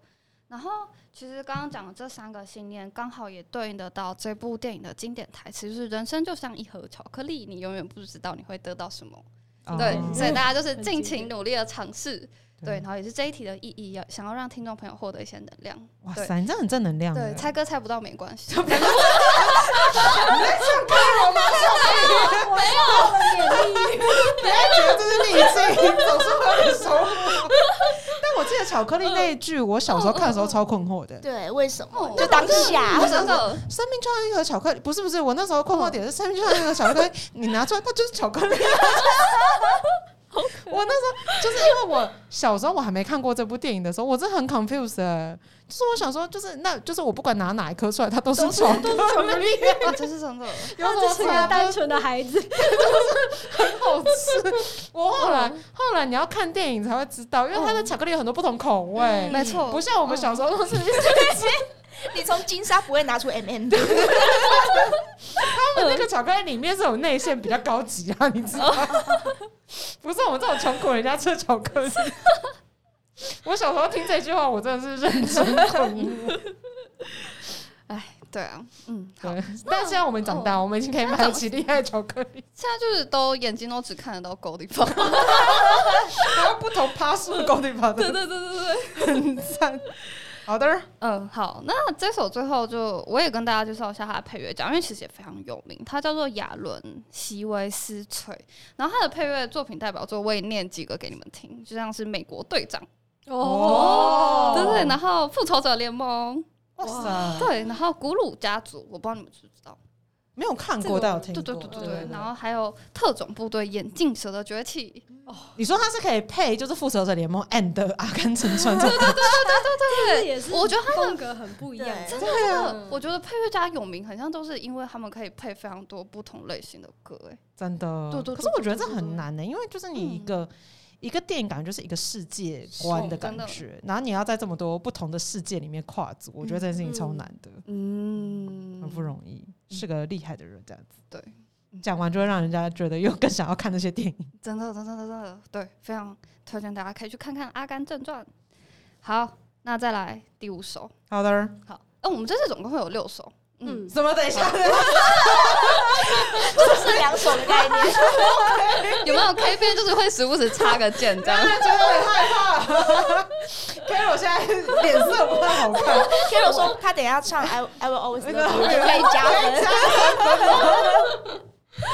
然后，其实刚刚讲的这三个信念，刚好也对应得到这部电影的经典台词，就是“人生就像一盒巧克力，你永远不知道你会得到什么”对，嗯所以大家就是很尽经情典努力的尝试。对，然后也是这一题的意义，要想要让听众朋友获得一些能量。哇对塞，你这很正能量欸。对，猜歌猜不到没关系， 就不要觉得这是逆 境，总是会有点收获。 但我记得巧克力那一句，我嗯小时候看的时候超困惑的。对，为什么？哦就 当下，真 的生命就像一盒巧克力，不是不是，我那时候困惑点是生命就像一盒巧克力，你拿出来它就是巧克力。我那时候就是因为我小时候我还没看过这部电影的时候，我真的很 confused，、欸、就是我想说，就是那就是我不管拿哪一颗出来，它都是巧克力，哦这是真的。有什这么差是一个别 单纯的孩子，好吃。我后来后来你要看电影才会知道，因为它的巧克力有很多不同口味，没错，哎不像我们小时候都是你从金沙不会拿出 MM 的， 那个巧克力里面是有内馅，比较高级啊， 你知道吗？不是我们这种穷苦人家吃的巧克力。 我小时候听这句话，我真的是认真困惑。对啊，嗯， 好，哦对，但现在我们长大，我们已经可以买得起厉害的巧克 力，现在就是都眼睛都只看得到狗地方。 还有不同趴数的高低跑对的，对对对对。很赞。好的，嗯，好，那这首最后就我也跟大家介绍一下它的配乐奖，因为其实也非常有名，它叫做亚伦·席维斯翠，然后它的配乐作品代表作我也念几个给你们听，就像是《美国队长》哦对对，然后《复仇者联盟》哇塞，对，然后《古鲁家族》，我不知道你们知不知道，没有看这个过，我但有听过。对对对对对，然对后还有《特种部队：眼镜蛇的崛起》，你说它是可以配，就是复仇者联盟 and 阿甘正传这种，这也是我觉得他风格很不一样。对真的真的嗯，我觉得配乐家有名，很像都是因为他们可以配非常多不同类型的歌，哎，真的。对对对可是我觉得对这对嗯对很难呢、因为就是你一个、一个电影，感觉就是一个世界观的感是觉，然后你要在这么多不同的世界里面跨足，我觉得这件事情超难的，嗯很不容易，是个厉害的人这样子。对，嗯讲完就会让人家觉得又更想要看那些电 影。真的，真的，真的，对，非常推荐大家可以去看看《阿甘正传》。好，那再来第五首。好的，好，那、我们这次总共会有六首。嗯，嗯，什么？等一下，就是两首的概念。有没有 K 片就是会时不时插个键这样？ 大家觉得很害怕。Carol 现在脸色不太好看， Carol 说他等一下 唱 I I will always 那 love 个 you 就可以加分。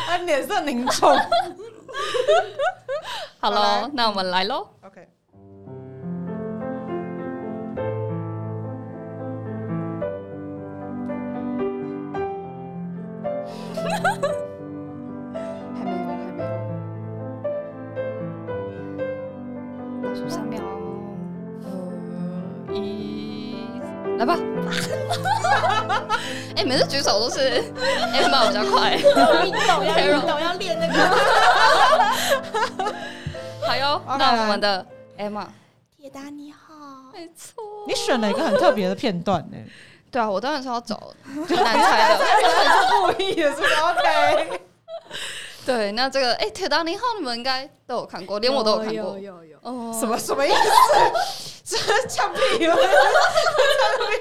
她脸色凝 重。好好来喽，那我们来喽。 OK，还没有，还没有。倒数三秒，二嗯一，来吧！ 哎、每次举手都是 Emma 比较快。要运动，要 Carol 运动，要练那个。好哟 OK 那我们的 Emma，铁达你好，没错你选了一个很特别的片段 呢、对啊，我当然是要走，就难猜的。故意的是不是 OK。对，那这个哎，铁达尼号你们应该都有看过，连我都有看有过。有有，哦什么？什么意思？这呛屁吗？在那边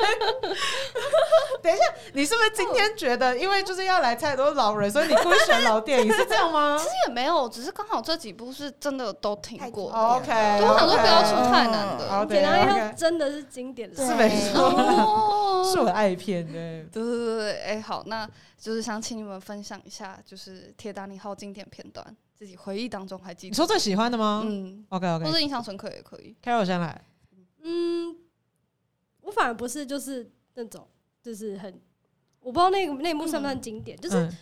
等一下，你是不是今天觉得，因为就是要来太多老人，所以你故意选老电影是这样吗其实也没有，只是刚好这几部是真的都听过。哦？OK，对，我想说不要出出太难的。好简单的又真的是经典，OK，了。是对没错，哦 是我的爱片对。对对对对，哎、好，那就是想请你们分享一下，就是《铁达尼号》经典片段，自己回忆当中还记你得，说最喜欢的吗嗯， ？OK 或 OK，者印象深刻也可以。 Carol 先来，嗯，我反而不是就是那种就是很，我不知道那个那一幕算不算经典，就是嗯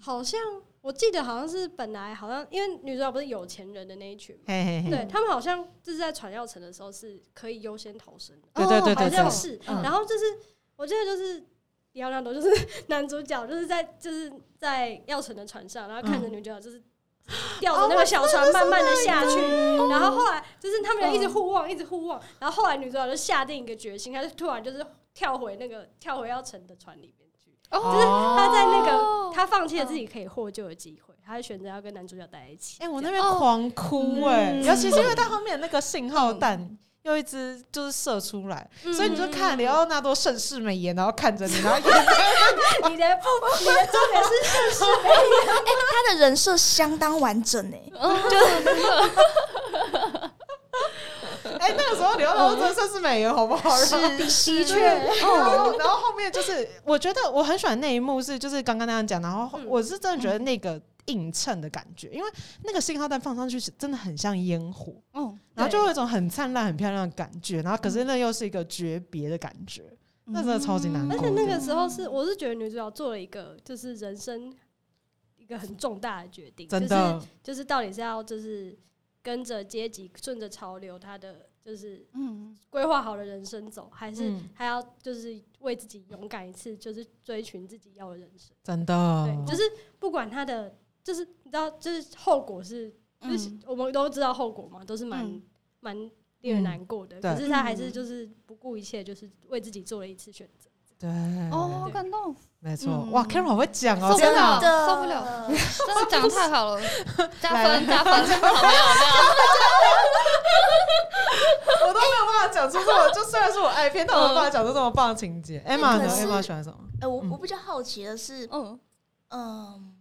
好像我记得好像是本来好像因为女主角不是有钱人的那一群嘛，嘿嘿嘿，对他们好像就是在传药城的时候是可以优先逃生的，对对对哦好对像对，是。嗯然后就是我记得就是李奥纳多就是 男主角就是在就是在药城的船上，然后看着女主角嗯就是。吊着那个小船慢慢的下去，哦然后后来就是他们俩一直互望，一直互望，然后后来女主角就下定一个决心，她就突然就是跳回那个跳回药城的船里面去，哦，就是她在那哦个她放弃了自己可以获救的机会，她选择要跟男主角待在一起。嗯哎、我那这样边狂哭哎、嗯尤其是因为它后面那个信号弹又一直就是射出来，嗯所以你就看里奥纳多盛世美颜，然后看着你，然后眼睛 你的不，你的重点是他的人设相当完整欸诶。哎、那个时候里奥纳多真的盛世美颜，好不好？然后的哦对，然后然后后面就是，我觉得我很喜欢那一幕是，就是刚刚那样讲，然后嗯我是真的觉得那个映衬的感觉，因为那个信号弹放上去是真的很像烟火，嗯，然后就对会有一种很灿烂、很漂亮的感觉，然后可是那又是一个诀别的感觉，那真的超级难过嗯的。而且那个时候是，我是觉得女主角做了一个就是人生一个很重大的决定，真的，就是就是到底是要就是跟着阶级、顺着潮流，她的就是嗯，规划好的人生走，还是嗯还要就是为自己勇敢一次，就是追寻自己要的人生。真对，的，就是不管她的，就是你知道，就是后果是，就是嗯我们都知道后果嘛，都是蛮嗯蛮令人难过的。嗯对嗯可是她还是就是不顾一切，就是为自己做了一次选择。对，哦，好感动，没错，嗯哇，Carol 好会讲哦，受不真了的，的受不了。真的讲的太好了，加来分加分， 好没有我都没有办法讲出这么，就虽然是我爱片，但我没有嗯办法讲出这么棒的情节。Emma 呢哎可是？Emma 喜欢什么？哎，我嗯我比较好奇的没是，有，嗯，嗯，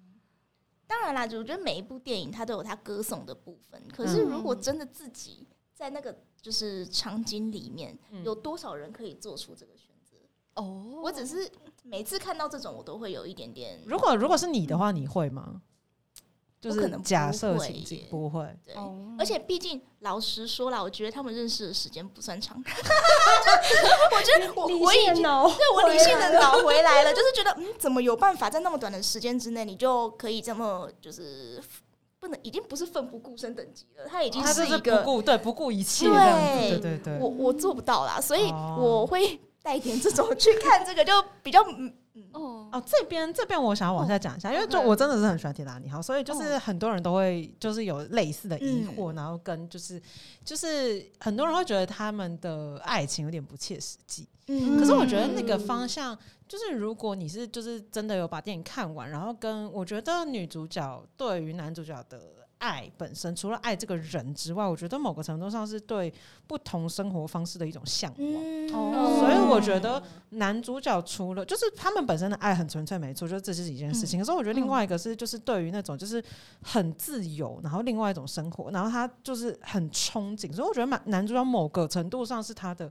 当然啦，我觉得每一部电影它都有它歌颂的部分。可是如果嗯真的自己在那个就是场景里面，嗯有多少人可以做出这个选择？哦，我只是每次看到这种，我都会有一点点如果如果是你的话，你会吗？就我可是能不假设会情景耶不会，对。哦而且毕竟老实说啦，我觉得他们认识的时间不算长。 我觉得我理哦我已性哦经脑对我理性回来的脑回来了，就是觉得嗯，怎么有办法在那么短的时间之内，你就可以这么就是不能已经不是奋不顾身等级了，他已经他就是是一不个顾对不顾一切这样子，对对对对我。我做不到啦，所以哦我会带一点这种去看这个，就比较嗯嗯，哦，哦，这边这边我想要往下讲一下，哦因为就 OK 我真的是很喜欢铁达尼号，所以就是很多人都会就是有类似的疑嗯惑，然后跟就是就是很多人会觉得他们的爱情有点不切实际。嗯可是我觉得那个方向，就是如果你是就是真的有把电影看完，然后跟我觉得女主角对于男主角的爱本身，除了爱这个人之外，我觉得某个程度上是对不同生活方式的一种向往。嗯哦所以我觉得男主角除了就是他们本身的爱很纯粹，没错，就这是一件事情。可是我觉得另外一个是，就是对于那种就是很自由，然后另外一种生活，然后他就是很憧憬，所以我觉得男男主角某个程度上是他的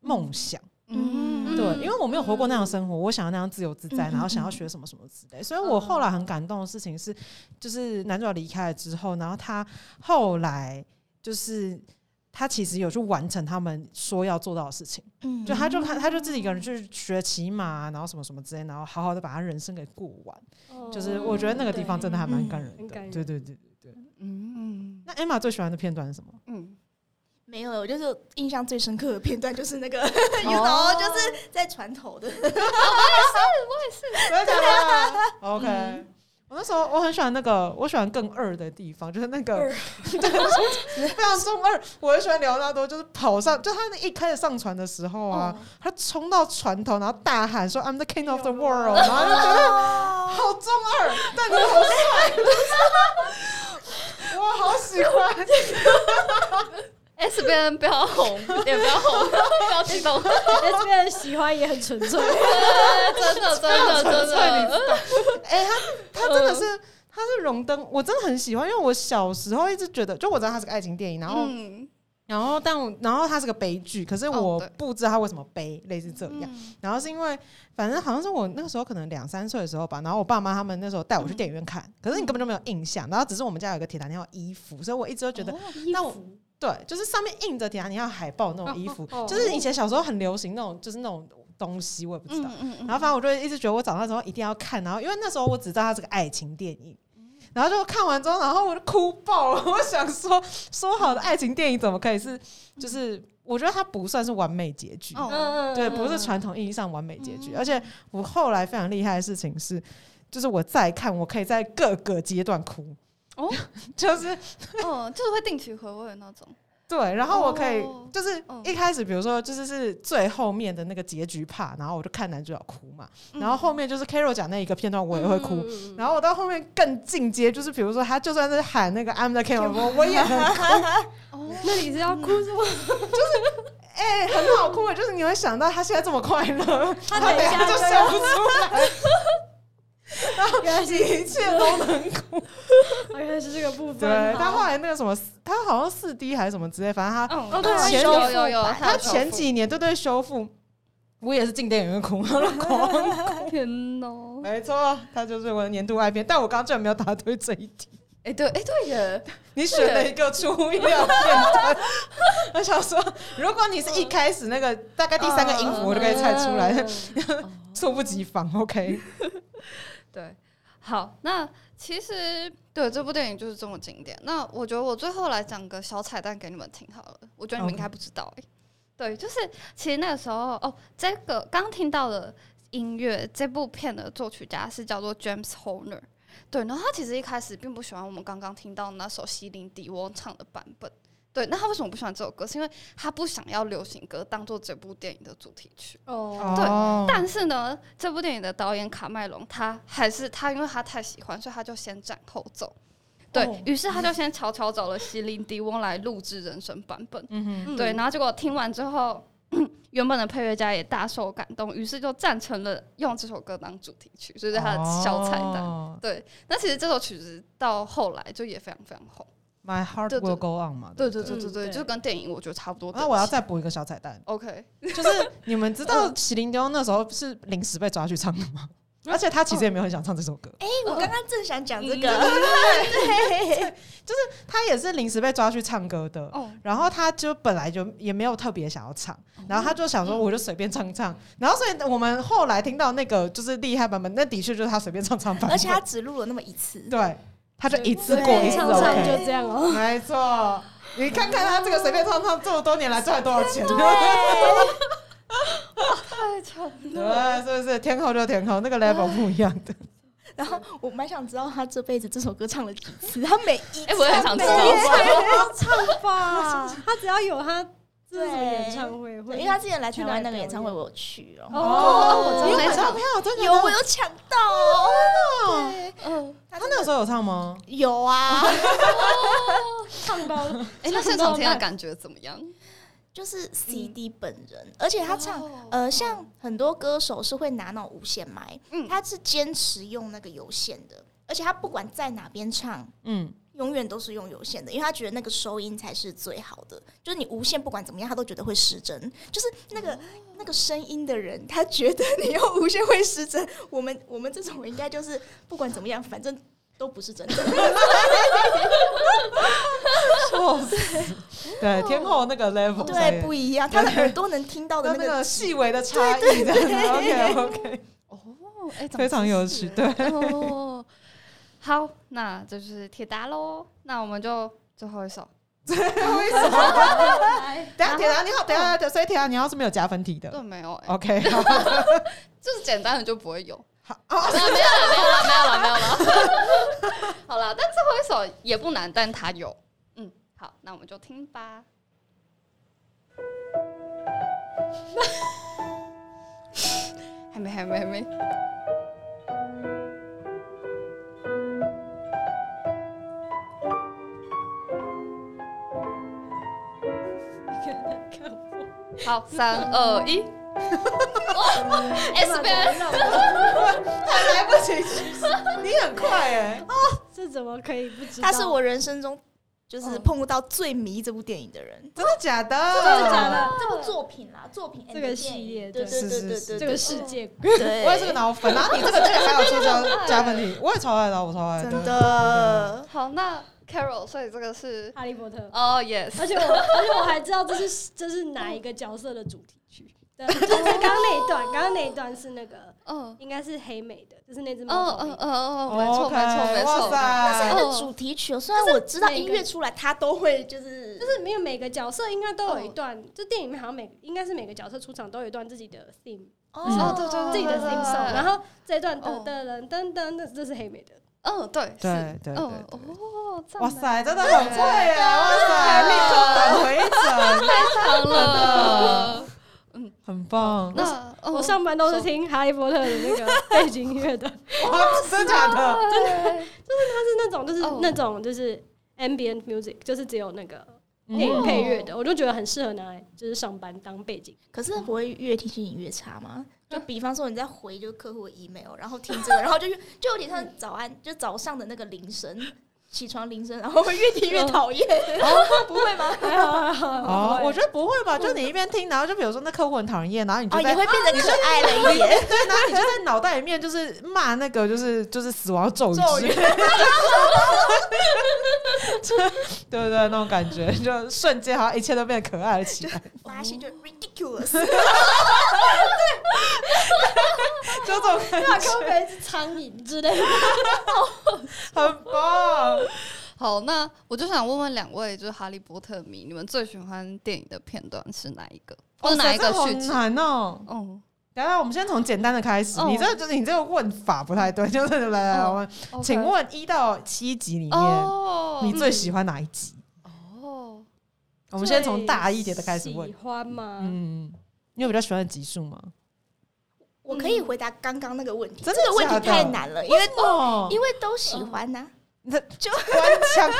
梦想。嗯对，因为我没有活过那样的生活，我想要那样自由自在，嗯然后想要学什么什么之类。所以我后哦来很感动的事情是，就是男主角离开了之后，然后他后来就是他其实有去完成他们说要做到的事情。嗯就他就看，他就自己一个人去学骑马，然后什么什么之类，然后好好的把他人生给过完。哦就是我觉得那个地方真的还蛮感人嗯很的感。人对对对。嗯那 Emma 最喜欢的片段是什么？嗯，没有，我就是印象最深刻的片段就是那 个，哦你懂，就是在船头的，我也喜欢啊。OK。我那时候我很喜欢那个，我喜欢更二的地方，就是那个 对非常中二。我很喜欢莱昂纳多，就是跑上，就他那一开始上船的时候啊，他冲到船头，然后大喊说 “I'm the king of the world”，然后就觉得好中二，但你好帅，我好喜欢。 S 边不要红，也不要红，不要激动，这边喜欢也很纯粹，真 的真的真的，哎、他他真的是，他是荣登，我真的很喜欢，因为我小时候一直觉得，就我知道他是个爱情电影，然后、嗯，然后但我然后他是个悲剧，可是哦我对不知道他为什么悲，类似这样。嗯然后是因为，反正好像是我那个时候可能两三岁的时候吧，然后我爸妈他们那时候带我去电影院看，可是你根本就没有印象，然后只是我们家有一个铁达尼号衣服，所以我一直都觉哦得， 那我对，就是上面印着铁达尼号海报那种衣服，哦哦哦就是以前小时候很流行那种，就是那种东西，我也不知道。嗯嗯然后反正我就一直觉得我长大之后一定要看，然后因为那时候我只知道它是个爱情电影，然后就看完之后，然后我就哭爆了。 我想说，说好的爱情电影怎么可以是？就是我觉得它不算是完美结局，哦，嗯对，不是传统意义上完美结局。而且我后来非常厉害的事情是，就是我再看，我可以在各个阶段哭。哦， 就是哦，就是会定期回味那种，对，然后我可以哦就是嗯一开始，比如说就是是最后面的那个结局怕，然后我就看男主角哭嘛，然后后面就是 Carol 讲那一个片段，我也会哭。然后我到后面更进阶，就是比如说他就算是喊那个 I'm the king，我我也很哦，嗯那你是要哭什么？哎、很好哭，就是你会想到他现在这么快乐，他等等一下下就就笑要不出来，原来是一切都能哭。原来是这个部分。对他后来那个什么，他好像四 D 还是什么之类，反正他哦对前有几有有，他前几年对对修复，我也是进电影院哭， 然后狂天哦，没错，他就是我的年度爱片，但我刚刚居然没有答对这一题。哎对哎对耶，你选了一个出乎意料的片段，我想说，如果你是一开始那个大概第三个音符，我就可以猜出来，嗯 猝不及防。OK，对，好，那其实对这部电影就是这么经典。那我觉得我最后来讲个小彩蛋给你们听好了，我觉得你们应该不知道、欸。对，就是其实那个时候哦，这个刚听到的音乐，这部片的作曲家是叫做 James Horner。对，然后他其实一开始并不喜欢我们刚刚听到那首席琳迪翁唱的版本。对，那他为什么不喜欢这首歌？是因为他不想要流行歌当做这部电影的主题曲。哦，哦，但是呢，这部电影的导演卡麦隆他还是他，因为他太喜欢，所以他就先斩后奏。对哦于、是，他就先悄悄找了席琳迪翁来录制人声版本。嗯哼，嗯对，然后结果听完之后， 原本的配乐家也大受感动，于是就赞成了用这首歌当主题曲，就是他的小彩蛋。哦对，那其实这首曲子到后来就也非常非常红。 My heart 对对 will go on 嘛，对不对对对嗯对，对就跟电影我觉得差不多等级。那我要再补一个小彩蛋， OK，就是你们知嗯道麒麟雕那时候是临时被抓去唱的吗？而且他其实也没有很想唱这首歌，哦哎，我刚刚正想讲这嗯个， 对，他也是临时被抓去唱歌的。哦，然后他就本来就也没有特别想要唱，哦然后他就想说嗯我就随便唱唱，然后所以我们后来听到那个就是厉害版本，那的确就是他随便唱唱版本，而且他只录了那么一次，对，他就一次对过一次唱唱 OK，就这样哦。没错，你 看看他这个随便唱唱这么多年来赚了多少钱，太丑了。对，是不是天后就天后，那个 level 不一样 的。然后我蛮想知道他这辈子这首歌唱了几次，他每一哎，我也很想知道。要唱吧，他只要有他这种演唱会，对哦会因为他之前来台湾那个演唱会，我有去哦，哦，你有那买一到场票，真的有假我的有抢到哦，哦对嗯，他那个时候有唱吗？有啊，唱到哎，那现场听的感觉怎么样？就是 CD 本人，而且他唱呃，像很多歌手是会拿那种无线麦，嗯他是坚持用那个有线的，而且他不管在哪边唱，嗯，永远都是用有线的，因为他觉得那个收音才是最好的。就是你无线不管怎么样，他都觉得会失真。就是那个、那个声音的人，他觉得你用无线会失真。我们我们这种应该就是不管怎么样，反正都不是真 的。 笑死。对，天后那个 level 才对，不一样，他的耳朵能听到的跟那那个。个细微的差异的。OK OK，哦，哎，长非常有趣。对，知识了哦，好，那这就是铁达喽。那我们就最后一首，为什么？ 哎等一下然后铁达你好，等一下，所以铁达你好是没有加分题对，的。没有，哎， OK，好就是简单的就不会有。啊好，没有了，没有了，没有了，没有了。好了， 但最后一首也不难，但它有。嗯，好，那我们就听吧。 还没，还没，还没。好，三二一。S 边，还来不及，你很快哎。这怎么可以不知道？他是我人生中就是碰到最迷这部电影的人。真的假的？真的假的？这部作品啦，作品 and 这个电系列影对对对对是对是对，这个世界对，我也是个脑粉，然后你这个这个还有出加加分题，我也超爱的，我超爱真。的。好，那 Carol，所以这个是哈利波特。哦、yes，而且我，而且我还知道这是这是哪一个角色的主题曲。对，就是刚刚那一段，刚刚那一段是那个嗯，应该是黑美的，就是哦那只嗯猫头嗯嗯鹰。嗯，没错 OK，没错没哇错，那是塞它的主题曲哦，虽然我知道音乐出来，它都会就是就是没有每个角色应该都有一段，就电影里面好像每应该是每个角色出场都有一段自己的 theme，哦对对自己的对对 theme song。对然后这一段哦噔噔噔噔噔，那这是黑美的。嗯对是对对对嗯对哦，这样的哇塞，真的很会耶！哇塞，命中打回准，太长了，很棒。那嗯我上班都是听哈利波特的那个背景音乐的，就哇， 真假的？对，是那种就是哦那种就是 ambient music，就是只有那个嗯电影配乐的，我就觉得很适合拿来就是上班当背景。可是不会越听心情越差吗？就比方说你在回就是客户的 email，然后听这 个，然后就就有点像早安，就早上的那个铃声，起床铃声，然后会哦越听越讨厌，不会吗？哦，我觉得不会吧？就你一边听，然后就比如说那客户很讨人厌，然后你哦，就也在会变得可爱 了一点。对，然后你就在脑袋里面就是骂那个就是就是死亡咒语之类的， 对不对？那种感觉就瞬间好像一切都变得可爱了 起来，发现就 ridiculous，就这种感觉会不会是苍蝇之 类的？很棒。哦好，那我就想问问两位，就是哈利波特迷，你们最喜欢电影的片段是哪一个，或者哇哦哪塞一个这好续集？难哦。嗯，等一下，我们先从简单的开始。哦你这个就是你这个问法不太对，就是来来来，哦我们 OK 请问一到七集里面，哦，你最喜欢哪一集？哦，我们先从大一点的开始问喜。欢吗？嗯，你有比较喜欢的集数吗？我可以回答刚刚那个问题，真这的个问假题的太难了，因为哦，因为都喜欢呐。你这就官腔，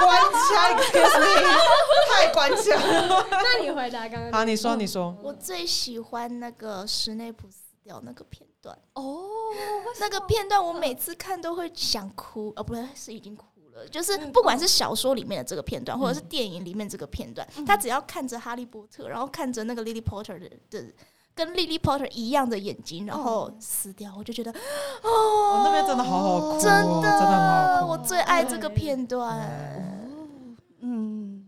官腔，excuse me，太官腔。那你回答刚刚好，你说，你说，我最喜欢那个史内普死掉那个片段，哦，那个片段我每次看都会想哭，哦，不对，是已经哭了。就是不管是小说里面的这个片段，或者是电影里面这个片段，他只要看着哈利波特，然后看着那个 Lily Potter 的的跟 Lily Potter 一样的眼睛，然后死掉，我就觉得我那边真的好好哭哦，真真的很的，好我哭。最爱这个片段。嗯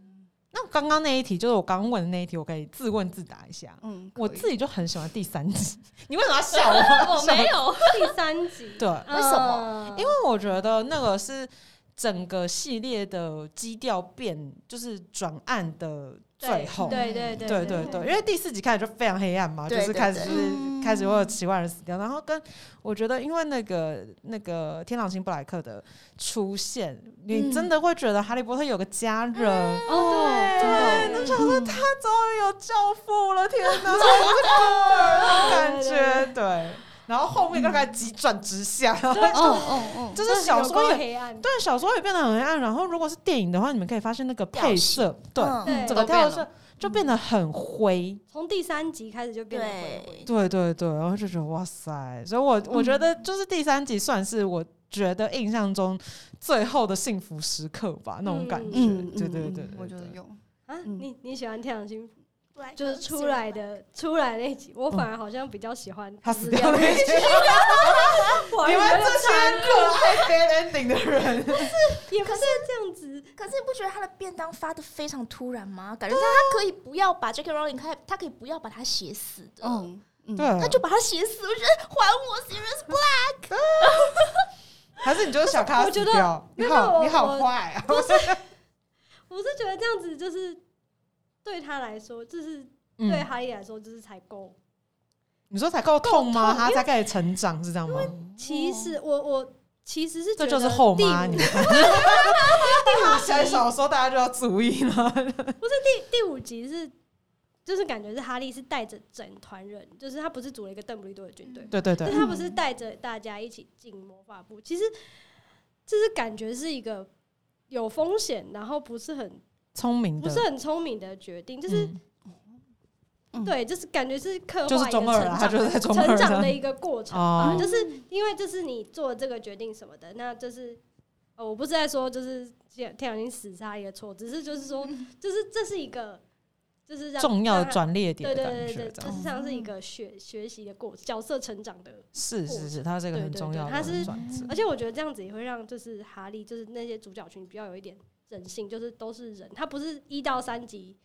那刚刚那一题就是我刚刚问的那一题，我可以自问自答一下。嗯，我可以自己就很喜欢第三集， 你为什么要笑我？我没有，第三集， 对，嗯为什么？ 因为我觉得那个是整个系列的基调变，就是转暗的最后。对对对对对对，因为第四集开始就非常黑暗嘛，就对是开始对就对是嗯开始会有奇怪人死掉，然后跟我觉得因为那个那个天狼星布莱克的出现，你嗯真的会觉得哈利波特有个家人，嗯哦，真的，那想说他终于有哎教父了，天哪，真的感觉对。然后后面就开始急转直下，然后哦哦哦，就是小说也黑暗，对小说也变得很黑暗。然后如果是电影的话，你们可以发现那个配色，对，嗯整个都变调了色就变得很灰。从第三集开始就变得灰灰。对，对对对，然后就觉得哇塞，所以我我觉嗯得就是第三集算是我觉得印象中最后的幸福时刻吧，那种感觉。嗯，对对对对嗯我觉得有，啊，嗯你你喜欢天狼星，不然就是出来的出来那集，我反而好像比较喜欢嗯他死掉了，那你们集。 哎我还觉这得些热爱 bad ending 的 人，也不是这样子，可是你不觉得他的便当发的非常突然吗？感觉他他可以不要把 J.K. Rowling 他他可以不要把他写死的，嗯嗯，对，啊他就把他写死，我觉得哎还我 Serious Black，还是你就是小咖我觉死得掉，你没有好我你好坏啊！我是觉得这样子就是对他来说，就是 嗯对哈利来说，就是才够。你说才够痛吗？够痛他才开始成长是这样吗？其实我我其实是觉哦这得就是后妈，第你五看。写小说大家就要注意了， 第五集是就是感觉是哈利是带着整团人，就是他不是组了一个邓布利多的军队，对嗯对但对是，他不是带着大家一起进魔法部，其实就是感觉是一个有风险，然后不是很聪明不的是很聪明的决定，就是、嗯嗯对，就是感觉是刻画就是一个中二啊，他成就是长在中二成长这的样一个过程哦吧，就是因为就是你做这个决定什么的，那就是。呃，我不是在说就是天天狼星死是他一个错，只是就是 说，就是这是一个，就是让重要让的他转捩点对的对感对觉对，，这就样嗯是像是一个学学习的过角色成长的，是过是是，它是一个对很对重对要的它是转折而且我觉得这样子也会让就是哈利就是那些主角群比较有一点人性，就是都是人，他不是一到三级。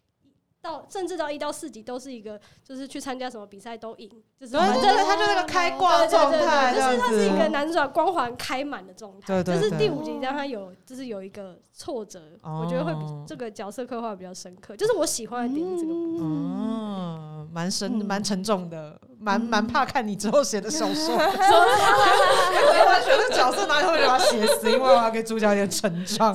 到甚至到一到四级都是一个，就是去参加什么比赛都赢，就是对反对对，正它就那个开挂状态，对对对对啊就是它是一个男主角光环开满的状态。对对对就是第五集让他有就是有一个挫折，哦我觉得会比这个角色刻画比较深刻，就是我喜欢的点是这个。嗯，蛮深、嗯蛮沉重的，蛮蛮怕看你之后写的小说。我觉得角色哪里会把它写死，因为我要给主角一点成长。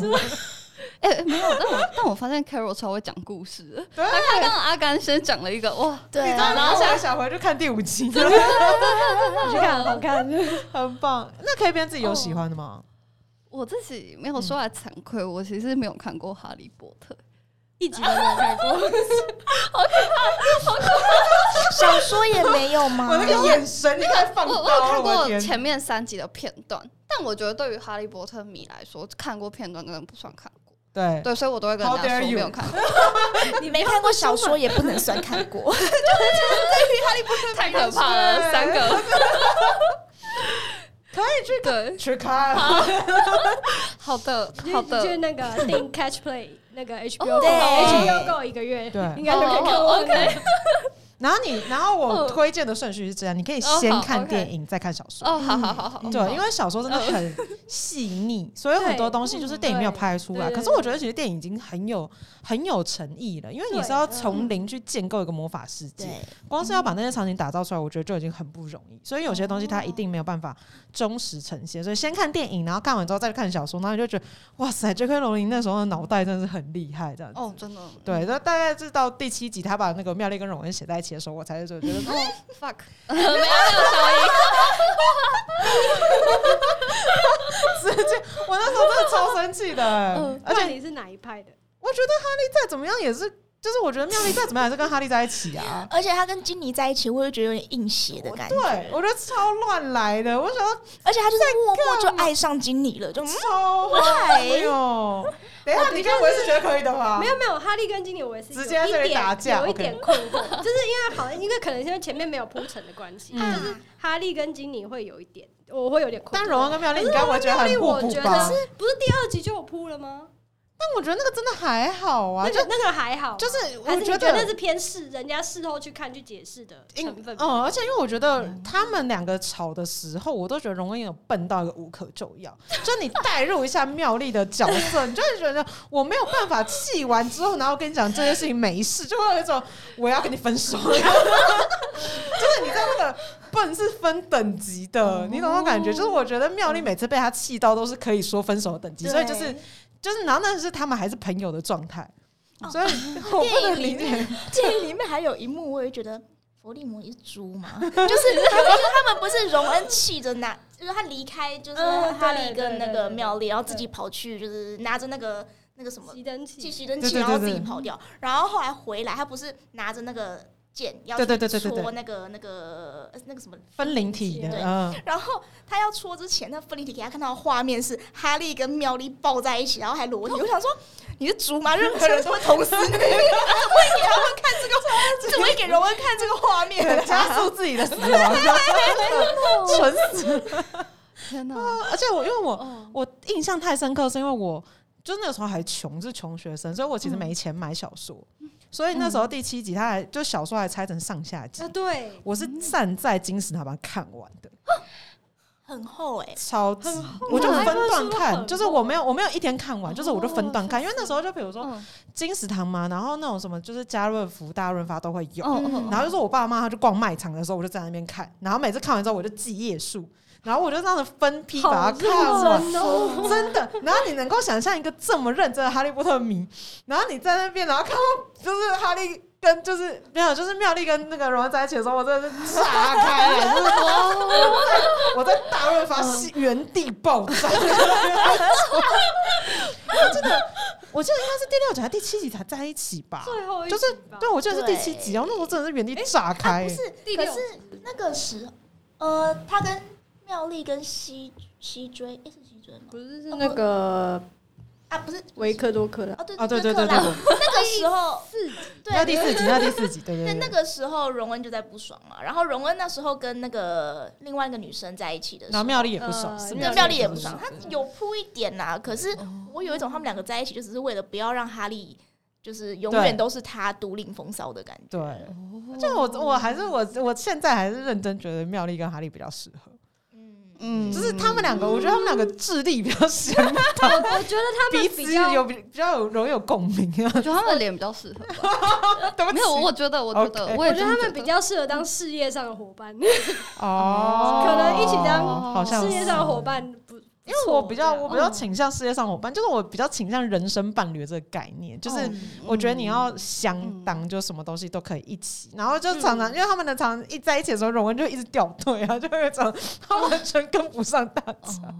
哎、哎没有，但我 但我发现 Carol 超会讲故事的，对他刚刚阿甘先讲了一个哇，对然啊，后现在想回去看第五集，你去看，好看。很棒。那 K 边自己有喜欢的吗？我自己没有说来惭愧，我其实没有看过《哈利波特》，一 集都没有看过，小说也没有吗 我？那个眼神，你看放我刀我有看了，我过的前天！面三集的片段，但我觉得对于《哈利波特》迷来说，看过片段真的不算看过，对，对，所以我都会跟大 How dare 家说 you 没有看 过，你没看过小说也不能算看过，太可怕了，三 个可以去对，去看。好的你好去的你去，那 个订 Catch Play 那个 HBO 对 HBO Go 一个月，对应该就可以看完哦了。然后你，然后嗯我推荐的顺序是这样：你可以哦先好看 OK 电影，再看小说。哦，好好好好，对，因为为小说真的很细腻，所以有很多东西就是电影没有拍出来。对对可是我觉得其实电影已经很有很有诚意了，因为你是要从零去建构一个魔法世界， 对，。光是要把那些场景打造出来，我觉得就已经很不容易。所以有些东西它一定没有办法忠实呈现，所以先看电影，然后看完之后再看小说，然后你就觉得哇塞，J.K. 罗琳那时候的脑袋真的是很厉害，这样子。哦，真的对，那大概是到第七集，他把那个妙丽跟荣恩写在一起的时候，我才是觉得哦 fuck，没有没有 小姨。我那时候真的超生气的、嗯而且你是哪一派的？我觉得哈利再怎么样也是，就是我觉得妙丽再怎么样也是跟哈利在一起啊而且他跟金妮在一起，我就觉得有点硬邪的感觉，对，我觉得超乱来的，我想要而且他就是默默就爱上金妮了，就嗯超坏哟。等一下，你跟我也是觉得可以的吧？哦没有没有，哈利跟经理我也是有直接在这里一点打架有一 OK 点困惑，就是因为好像因为可能因为前面没有铺陈的关系，嗯就是哈利跟经理会有一点，我会有点困惑。但荣恩跟妙丽，可你是该不会觉得哈利很我互补觉吧得？不是第二集就有铺了吗？但我觉得那个真的还好啊，那就个那个还好，就是还我是你觉得得那是偏事，人家事后去看去解释的因成分。嗯，而且因为我觉得他们两个吵的时候，我都觉得荣恩有笨到一个无可救药。就你代入一下妙丽的角色，你就会觉得我没有办法气完之后，然后跟你讲这件事情没事，就会有一种我要跟你分 手了，就是你知道那个笨是分等级的，哦你懂那种感觉？就是我觉得妙丽每次被他气到都是可以说分手的等级，所以就是就是，然后那是他们还是朋友的状态。所以我不能理解，哦 电影里面还有一幕，我也觉得佛地魔也是猪嘛， 就是他们他们不是荣恩气着拿，就是他离开就是嗯哈利对跟对那对个对妙丽，然后自己跑去就是拿着那个那个什么熄灯计器，时灯对器，对然后对自对己跑掉，然后后来回来，他不是拿着那个剑要对对对去对对对戳那个那个呃那个什么分灵体的，对嗯，然后他要戳之前，那芬妮体给他看到的画面是哈利跟妙丽抱在一起，然后还裸体。我想说，你是猪吗？ 任何 人都会同时，你怎么会给他们看这 个？你怎么会给荣恩看这个画面？加速自己的死亡，蠢死！天哪！ 而且我因为我哦，我印象太深刻，是因为我就那个时候还穷，是穷学生，所以我其实没钱买小说，所以那时候第七集他还就小说还拆成上下集啊，，对，我是站在金石塔把它看完的，很厚哎、超级很，我就我还分段会说看，很就是我没有我没有一天看完，就是我就分段看，哦因为那时候就比如说嗯金石堂嘛，然后那种什么就是家润福、大润发都会有，嗯嗯然后就是我爸妈他去逛卖场的时候，我就在那边看，然后每次看完之后我就记页数，然后我就这样子分批把它看完。真哦，真的，然后你能够想象一个这么认真的哈利波特迷，然后你在那边，然后看到就是哈利跟就是没有，就是妙丽跟那个荣恩在一起的时候，我真的是炸开了，就是 我在我在大润发是嗯原地爆炸。 我记得我记得应该是第六集还是第七集才在一起吧？最后一就是集吧对，我记得是第七集，对然后那时候真的是原地炸开。不是，第可六是那个时候，呃，他跟妙丽跟西西追，诶是西追吗？不是是那个啊，不是维克多克拉，哦，对啊，对对对对对，对那个时候四对那第四集，那第四集，对对对，对，那个时候荣恩就在不爽嘛，然后荣恩那时候跟那个另外一个女生在一起的时然候后，妙丽也不爽，呃是对吗妙妙丽丽也也不不爽，爽她有铺一点呐、可是哦我有一种他们两个在一起就只是为了不要让哈利就是永对远都是他独领风骚的感觉。对，就我我还是我我现在还是认真觉得妙丽跟哈利比较适合，嗯，嗯就是他们两个，我觉得他们两个智力比较相同，我我觉得他彼们此比较有比比较有容易有共鸣啊。我觉得他们的脸比较适合吧。对不起没有，我觉得，我觉得 OK，我我也觉这得么觉他们比较适合当事业上的伙伴，哦，可能一起当哦好像事业上的是伙伴不，因因为我比较我比较倾向世界上伙伴，就是我比较倾向人生伴侣的这个概念，就是嗯我觉得你要相当，就什么东西都可以一起，然后就嗯常常因为他们的常一在一起的时候，荣恩就一直掉队啊，就会 种他完全跟不上大家。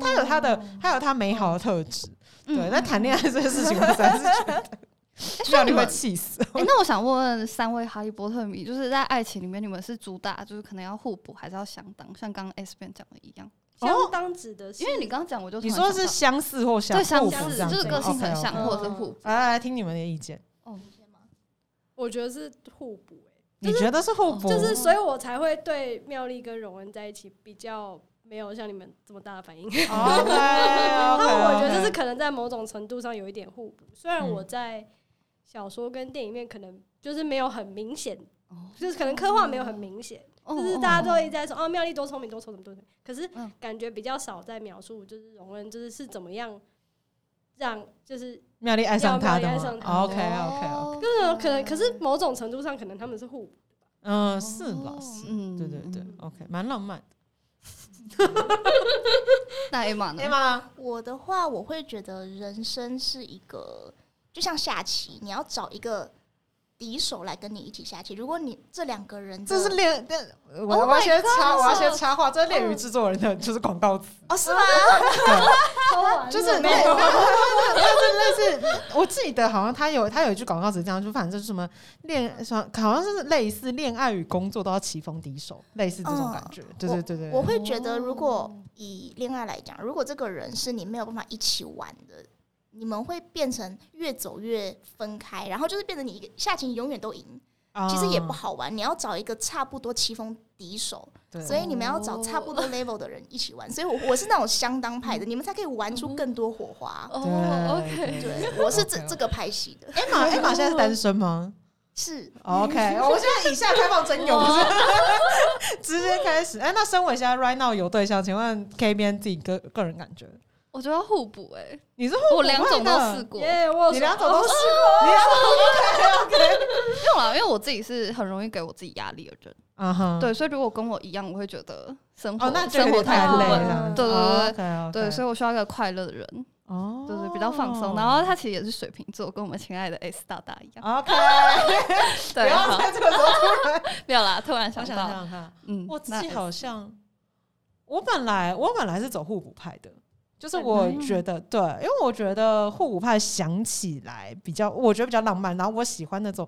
他有他哦的，他有他美好的特质，嗯对。那谈恋爱这件事情，我实在 是觉得像妙丽你会们。气死。哎、那我想问问三位哈利波特迷，就是在爱情里面，你们是主打就是可能要互补，还是要相当？像刚刚 S 边讲的一样，相当指的是，因为你刚刚讲，我就突你然说想是到相似或相对相互似补这，样就是子个性很 OK，OK 像， OK，OK 或者是互补。来来来，听你们的意见，我觉得是互补、欸你觉得是互补？就是所以我才会对妙丽跟荣恩在一起比较没有像你们这么大的反应。 OK，但我觉得这是是可能在某种程度上有一点互补，虽然嗯我在小说跟电影面可能就是没有很明显，哦就是可能刻画没有很明显，哦就是大家都一直在说哦妙丽多聪明多聪明多聪明，可是嗯感觉比较少在描述就是荣恩就是是怎么样让就是妙丽爱上他的妙丽爱吗上他？OK OK 哦 OK，就是哦可能可是某种程度上可能他们是互补，嗯，是啦，是，嗯对对对，OK，蛮浪漫的。那 Emma 呢？吗？我的话，我会觉得人生是一个，就像下棋，你要找一个敌手来跟你一起下棋。如果你这两个人的，这是恋，但我 Oh 我要 my 先 God，插，我要是先插话，这是恋与制作人的就是广告词，哦，是吗？ 就是没有，没有没有但是类似， 我记得好像他有他有一句广告词这样，就反正就是什么恋，什么好像是类似恋爱与工作都要棋逢敌手，类似这种感觉。对对对对，哦我会觉得，如果以恋爱来讲，如果这个人是你没有办法一起玩的，你们会变成越走越分开，然后就是变成你一个下棋你永远都赢，啊其实也不好玩。你要找一个差不多棋逢敌手，对，所以你们要找差不多 level 的人一起玩。所以我我是那种相当派的，你们才可以玩出更多火花。哦，OK，对，我是这 OK 这个派系的，艾玛，艾玛现在是单身吗是 ？OK，我现在以下开放征友，哦不是 直接开始。哎，那身为现在 right now 有对象，请问 K 边自己个个人感觉，我觉得要互补哎，你是我两种都试是，过，耶，我有你说两种都试过，你两 种没有啦，因为我自己是很容易给我自己压力的人，嗯哼，对，所以如果跟我一样，我会觉得生活哦，那生活太太累了，了，对对对对对，所以以我需要一个快乐的人，哦，哦对对，比较放松。然后他其实也是水瓶座，跟我们亲爱的 S 大大一样， OK，不对，要好在这个时候突然，没有啦，突然我想想到，想看，嗯，我自那己 S 好像，我本来我本来是走互补派的，就是嗯我觉得对，因为我觉得互补派想起来比较，我觉得比较浪漫，然后我喜欢那种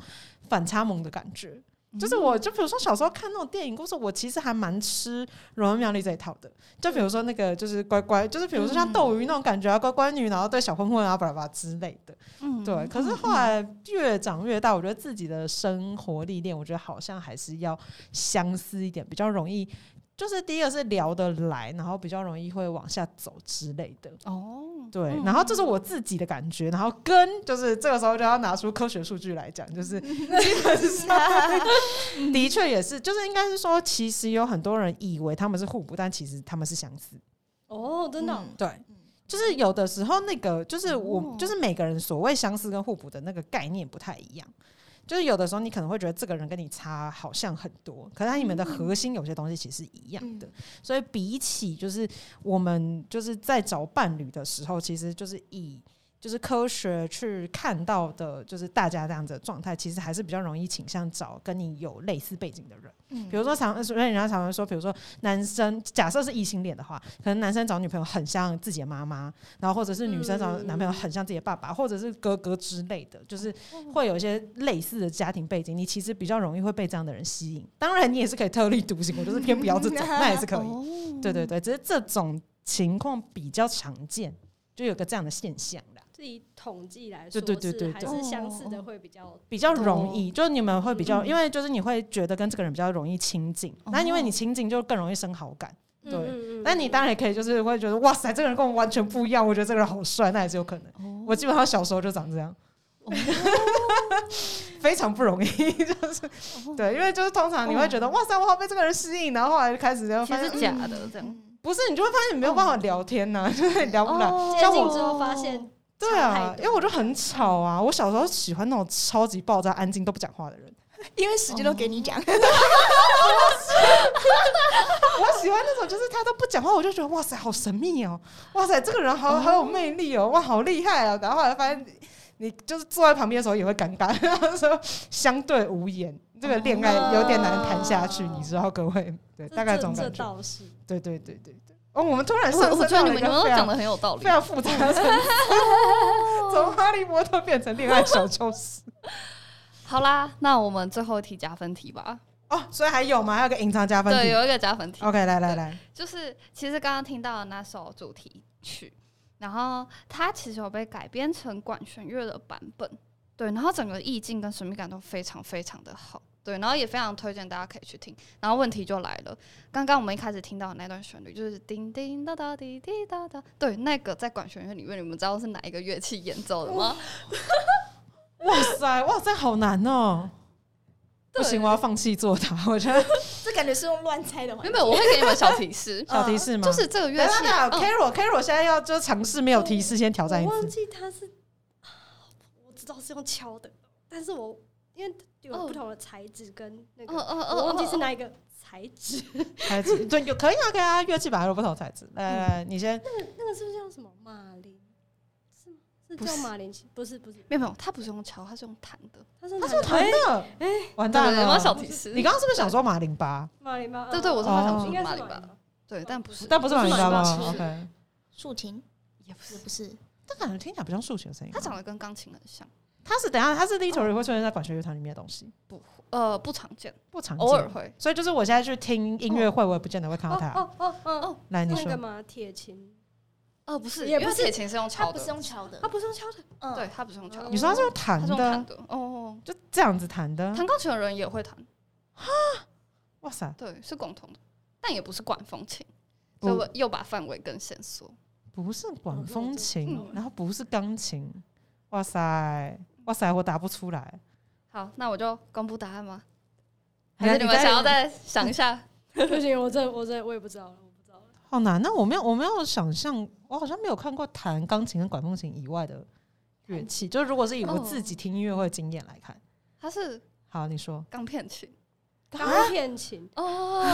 反差萌的感觉。嗯就是我，就比如说小时候看那种电影故事，我其实还蛮吃《荣耀妙丽》这一套的。就比如说那个，就是乖乖，就是比如说嗯像斗鱼那种感觉啊，乖乖女，然后对小混混啊，巴拉巴拉之类的。嗯对，可是后来越长越大，我觉得自己的生活历练，我觉得好像还是要相似一点，比较容易。就是第一个是聊得来，然后比较容易会往下走之类的。哦，对嗯，然后这是我自己的感觉，然后跟就是这个时候就要拿出科学数据来讲，就 是基本上 的确也是，就是应该是说，其实有很多人以为他们是互补，但其实他们是相似。哦，真的哦，嗯对，就是有的时候那个就是我、哦就是每个人所谓相似跟互补的那个概念不太一样。就是有的时候你可能会觉得这个人跟你差好像很多，可是他你们的核心有些东西其实是一嗯样的，所以比起就是我们就是在找伴侣的时候，其实就是以就是科学去看到的，就是大家这样子的状态，其实还是比较容易倾向找跟你有类似背景的人。嗯比如说常，所以人家常常说，比如说男生假设是异性恋的话，可能男生找女朋友很像自己的妈妈，然后或者是女生找男朋友很像自己的爸爸，或者是哥哥之类的，就是会有一些类似的家庭背景，你其实比较容易会被这样的人吸引。当然，你也是可以特立独行，我就是偏不要这种，那也是可以。以对对对，只是这种情况比较常见，就有个这样的现象啦，自己统计来说，对对对对还对是相似的会比较比较容易，就是你们会比较，因为就是你会觉得跟这个人比较容易亲近，那因为你亲近就更容易生好感。哦对，嗯嗯嗯那你当然也可以，就是会觉得哇塞，这个人跟我完全不一样，我觉得这个人好帅，那也是有可能。我基本上小时候就长这样，哦 非常不容易，就是对，因为就是通常你会觉得哇塞，我好被这个人吸引，然后后来就开始就其发实现是假的这样，嗯不是，你就会发现你没有办法聊天呐、 就是聊不来。哦接像近我之后发现，对差啊太，多因为我就很吵啊，我小时候喜欢那种超级爆炸安静都不讲话的人，因为时间都给你讲，我喜欢那种就是他都不讲话，我就觉得哇塞，好神秘哦，哇塞，这个人好好 有魅力哦，哇，好厉害啊！然后后来发现你，你就是坐在旁边的时候也会尴尬， 然后说相对无言，这个恋爱有点难谈下去，你知道各位？对，这大概这这种这感觉。倒是对对对对对。哦，我们突然上哎我我升觉得你到了们你们一个都非讲常的很有道理非，常复杂的层次， 从哈利波特变成恋爱小哦教室。好啦，那我们最后一题加分题吧。哦，所以还有吗？还有个隐藏加分对，题。有一个加分题， OK，来来来，就是其实刚刚听到的那首主题曲，然后它其实有被改编成管弦乐的版本，对，然后整个意境跟神秘感都非常非常的好，对，然后也非常推荐大家可以去听。然后问题就来了，刚刚我们一开始听到的那段旋律就是叮叮哒哒滴滴哒哒，对，那个在管弦乐里面，你们知道是哪一个乐器演奏的 吗？哇塞，哇塞，好难哦！不行，我要放弃做它。 我觉得，这感觉是用乱猜的嘛呃原。本我会给你们小提示小提示吗？就是这个乐器等一下等一嗯下，Carol Carol 现在要就尝试没有提示，先挑我战一忘次。记他是，我知道是用敲的，但是我因为有不同的材质跟那嗯个，嗯嗯，我忘记是嗯哪一个材质，材质对，有可以啊，可以啊，乐器本来有不同材质。来来来，你先 那个是不是叫什么马铃？是吗？是不叫是马铃琴？不是不是，没有没有，它不是用敲，它是用弹的。它是他哪说个弹哎的，哎完对蛋对，有没有小了。提示？你刚刚是不是想说马林巴？马铃吧？对对，我是哦他想说应该马是里马吧铃，吧。对，但不是，但不是马林巴马吗哦林巴？OK，竖琴也不是，也不是，但感觉听起来不像数学的声音。啊他长得跟钢琴很像，他是等一下，他是 literally 会出现在管弦乐团里面的东西，不呃不常见，不常偶尔见。会。所以就是我现在去听音乐会，我也不见得会看到他。哦哦哦哦，来，你那说个嘛，铁琴，呃，不是，也因不为是铁琴是用它敲不的是，用敲的它，不是用敲 的，嗯，对，，他不是用敲的，你说他是用弹他是用弹的，嗯的。哦哦，就这样子弹的哦。弹钢琴的人也会弹，哇塞，对，是共同的，但也不是管风琴，所以不我又把范围更限缩。不是管嗯风琴，嗯然后不是钢琴，哇塞，哇塞，我答不出来。好，那我就公布答案吗？你还是你你们再想要 再想一下？不行，我这我这我也不知道了，啊我不知道了。好难？那我没有，我没有想象，我好像没有看过弹钢琴跟管风琴以外的乐器。就是如果是以我哦自己听音乐会的经验来看，它是好，你 说，钢片琴钢片琴，哦，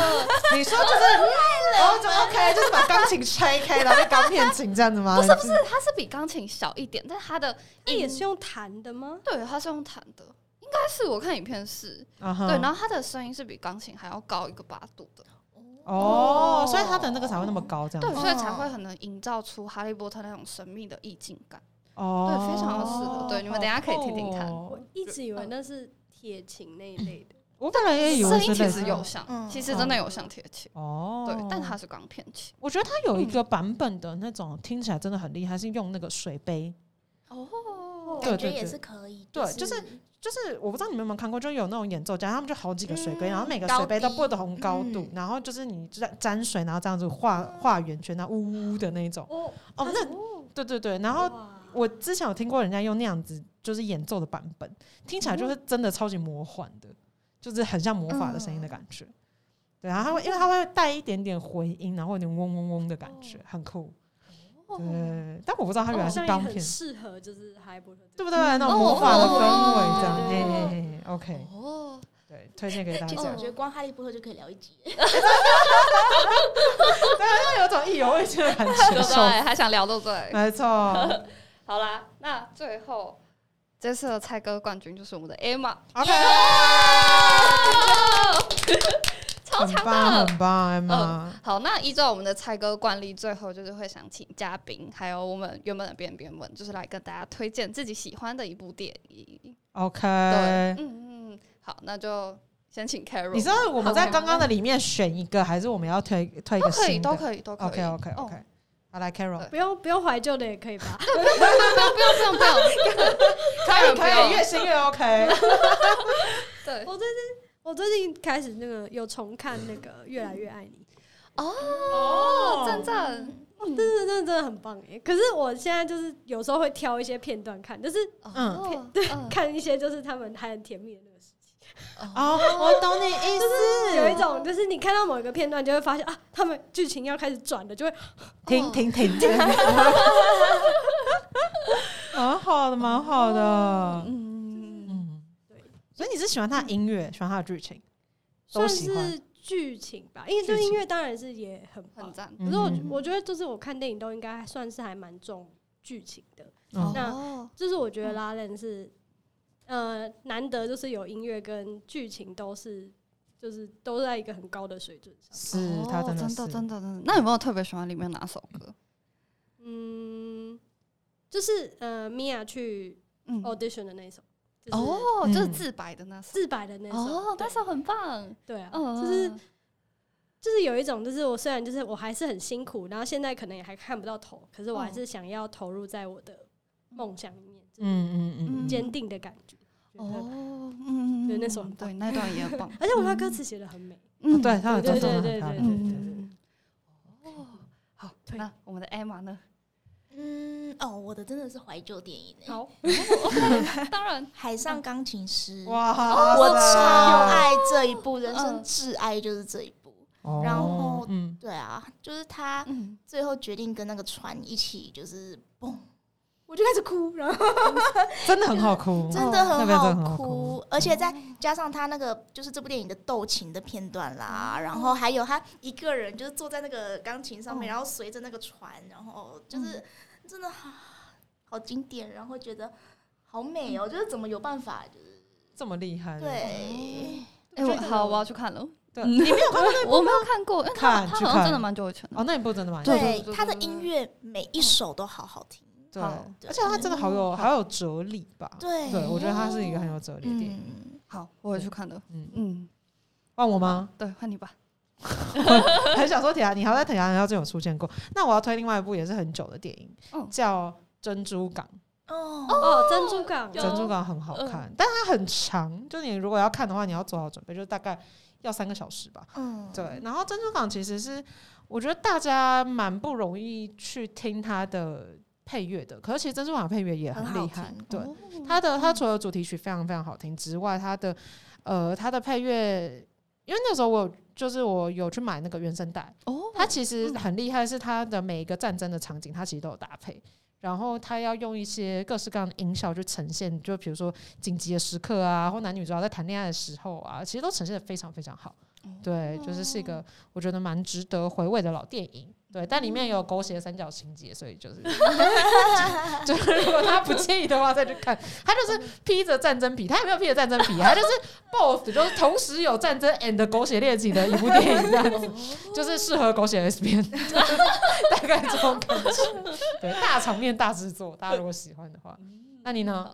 你说就是哦，就 OK，就是把钢琴拆开，然后变钢片琴这样子吗？不是不是，它是比钢琴小一点，但它的那也是用弹的吗？对，它是用弹的，应该是我看影片是啊哈，对，然后它的声音是比钢琴还要高一个八度的，哦，所以它的那个才会那么高这样对，子，所以才会很能营造出哈利波特那种神秘的意境感。哦，对非常有适合对你们等一下可以听听看好酷我哦一直以为那是铁琴那一类的。我本来也以为声是音其类似实有像，嗯其实真的有像铁琴，哦，对，但它是嗯钢片琴。我觉得它有一个版本的那种听起来真的很厉害，是用那个水杯，哦对感觉也是可以。对就是就是我不知道你们有没有看过，就有那种演奏家，他们就好几个水杯，嗯然后每个水杯都不同高高低度，嗯然后就是你就在沾水，然后这样子画画圆圈，然后呜呜的那一种。哦，哦，那对对对，然后哇我之前有听过人家用那样子就是演奏的版本，听起来就是真的超级魔幻的，嗯就是很像魔法的声音的感觉。对，然后它会因为它会带一点点回音，然后有点嗡嗡嗡的感觉，哦很酷。对，但我不知道它原来好是像也哦钢片很，适合就是哈利波特这个。对不对？那种魔法的氛围这样，哦嘿嘿嘿嘿，OK，哦，对，推荐给大其家实。我哦觉得光哈利波特就可以聊一 集。那有种意犹未尽的感对觉，不受对，还想聊对不对？没错。好啦，那最后这次的猜歌冠军就是我们的 Emma， OK，超很强棒，的。Oh 很棒，Emma。好，那依照我们的猜歌惯例，最后就是会想请嘉宾，还有我们原本的编编们，就是来跟大家推荐自己喜欢的一部电影。 OK，对，嗯嗯，好，那就先请 Carol。你知道我们在刚刚的里面选一个，还是我们要推推一都个可以，新的？都可以，都可以。 OK OK 哦 OK，、好来 Carol，对不用不用怀旧的也可以 吧？不用不用不用， 可以不可以，用越新越 OK。对我最近我最近开始那个有重看那个《越来越爱你》， 哦，真的嗯哦，真的真的真的很棒哎！可是我现在就是有时候会挑一些片段看，就是嗯，对，看一些就是他们还很甜蜜的那个事情，哦，我懂你意思。有一种就是你看到某一个片段，就会发现啊，他们剧情要开始转了，就会停停停停，蛮好的，蛮好的。嗯，嗯，对，所以你是喜欢他的音乐，喜欢他的剧情，都算喜欢是剧情吧。因为就剧情音乐当然是也很棒很，赞。可是我嗯我觉得就是我看电影都应该算是还蛮重剧情的，嗯那哦就是我觉得拉链是，呃，难得就是有音乐跟剧情都是，就是都在一个很高的水准上。是他哦真真的的是真的真的。那有没有特别喜欢里面哪首歌？嗯，就是呃，米娅去嗯， audition 的那一首，哦就是哦，就是嗯自白的那首。自白的那首，哦，对那首很棒。对啊，嗯，就是就是有一种，就是我虽然就是我还是很辛苦，然后现在可能也还看不到头，可是我还嗯是想要投入在我的梦想里面，就是嗯嗯嗯，坚定的感觉。觉得哦，嗯，对那首很棒。对那段也很棒而且我觉得歌词写的很美，哦嗯对，他的对专对场对很漂对亮。对对对嗯哦，好，对那我们的 Emma 呢？嗯，哦，我的真的是怀旧电影欸 好，当然，海上钢琴师》哇我塞超爱这一部，人嗯生挚爱就是这一部。哦然后嗯，对啊，就是他嗯，最后决定跟那个船一起，就是嘣，我就开始哭，然后真的很好 哭，真的哦那很边真的好很好哭，而且再加上他那个就是这部电影的斗琴的片段啦，然后还有他一个人就是坐在那个钢琴上面，然后随着那个船，然后就是真的好好经典，然后觉得好美哦，就是怎么有办法，就是这么厉害，对。哎，我好，我要去看了。对，嗯你没有看过那部我没有看过，因为他看他去好像真的看蛮久以前的。哦，那一部真的蛮对对对他的对音乐每一首都好好听。对，好而且它真的好有好有哲理吧？对我觉得它是一个很有哲理的电影。嗯，好，我也去看了。嗯，嗯，换我吗？对，换你吧。很想说铁达尼号，但铁达尼号真有出现过。那我要推另外一部也是很久的电影，嗯叫《珍珠港哦，哦，珍珠港》。有珍珠港很好看，但它很长，就你如果要看的话，你要做好准备，就是大概要三个小时吧。嗯，对，然后珍珠港其实是我觉得大家蛮不容易去听它的配乐的，可是其实珍珠港的配乐也很很好厉害听，哦对。它的它除了主题曲非常非常好听之外，它的呃它的配乐，因为那时候我有就是我有去买那个原声带，哦它其实很厉害，是它的每一个战争的场景，它其实都有搭配。然后它要用一些各式各样的音效去呈现，就比如说紧急的时刻啊，或男女主角在谈恋爱的时候啊，其实都呈现的非常非常好。对，就是是一个我觉得蛮值得回味的老电影。对，但里面有狗血三角情节，所以就是 就就是如果大家不介意的话，再去看。他就是披着战争皮，他也没有披着战争皮，啊他就是 both，就是同时有战争 and 狗血恋情的一部电影，这样子，就是适合狗血 S 片，就是大概这种感觉。对，大场面大制作，大家如果喜欢的话，那你呢？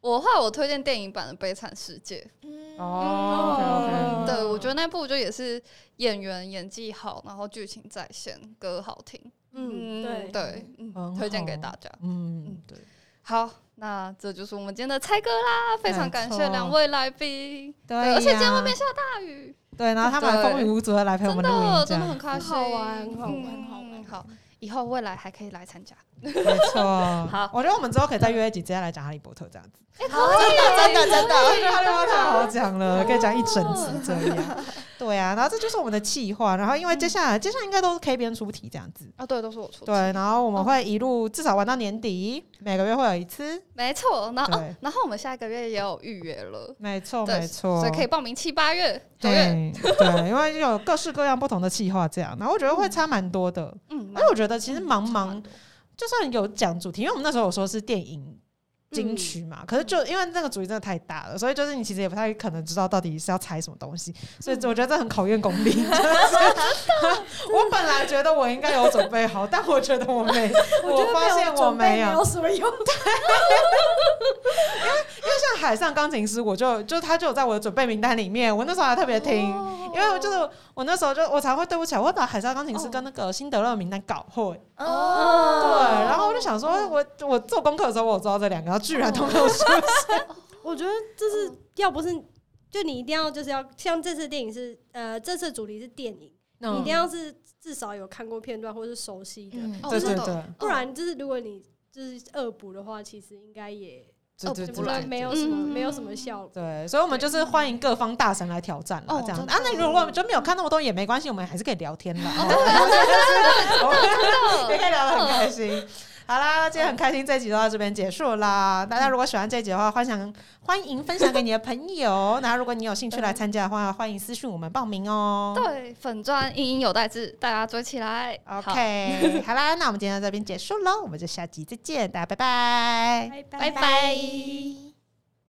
我的话我推荐电影版的《悲惨世界嗯嗯哦》，对我觉得那部就也是演员演技好，然后剧情在线，歌好听，嗯，对，对，嗯很推荐给好大家。嗯，对，好，那这就是我们今天的猜歌啦，非常感谢两位来宾，对对，而且今天呀外面下大雨，对，然后他们还风雨无阻的来陪我真们录的音，这真的样很开心，很好玩很好玩嗯很好玩好，以后未来还可以来参加，没错。好我觉得我们之后可以再约一集，直接来讲《哈利波特》这样子。真的真的，我觉得《哈利波特》好讲了，可以讲一整集这样。对啊，然后这就是我们的计划。然后因为接下来，接下来应该都是 K 边出题这样子。啊，对，都是我出，对，，然后我哦们会一路至少玩到年底，每个月会有一次。没错，然后对哦，然后我们下个月也有预约了，没错，对没错，所以可以报名七八月、九月，哦对对，因为有各式各样不同的计划这样，然后我觉得会差蛮多的。嗯，而且我觉得其实茫差茫不，多就算有讲主题，因为我们那时候有说是电影金曲嗯嘛，可是就因为那个主题真的太大了，所以就是你其实也不太可能知道到底是要猜什么东西，嗯所以我觉得这很考验功 力。就是 我本来觉得我应该有准备好，但我觉得我没，我发现我没有有。什么用。像海上钢琴师，我就就他就有在我的准备名单里面，我那时候还特别哦听。因为我就是我那时候就我常会对不起来，我会把《海上钢琴师》跟那个《辛德勒名单》搞混，对，哦，然后我就想说，我我做功课的时候我知道这两个，然后居然都没有出 我觉得这是要不是就你一定要就是要像这次电影是呃这次主题是电影，嗯你一定要是至少有看过片段或是熟悉的，嗯，哦对对真的对不然就是如果你就是恶补的话，其实应该也对对哦就不对然是对，没有什么嗯没有什么效果。对，所以我们就是欢迎各方大神来挑战了，哦这样真的啊。那如果就没有看那么多也没关系，我们还是可以聊天的，哦真对也的可以聊得很开心。好啦，今天很开心，这一集就到这边结束啦。大家如果喜欢这一集的话，欢迎欢迎分享给你的朋友。然后如果你有兴趣来参加的话，欢迎私讯我们报名哦。对，粉钻英英有代志，大家追起来。好 OK，好啦，那我们今天到这边结束喽，我们就下集再见，大家拜拜。拜拜拜拜。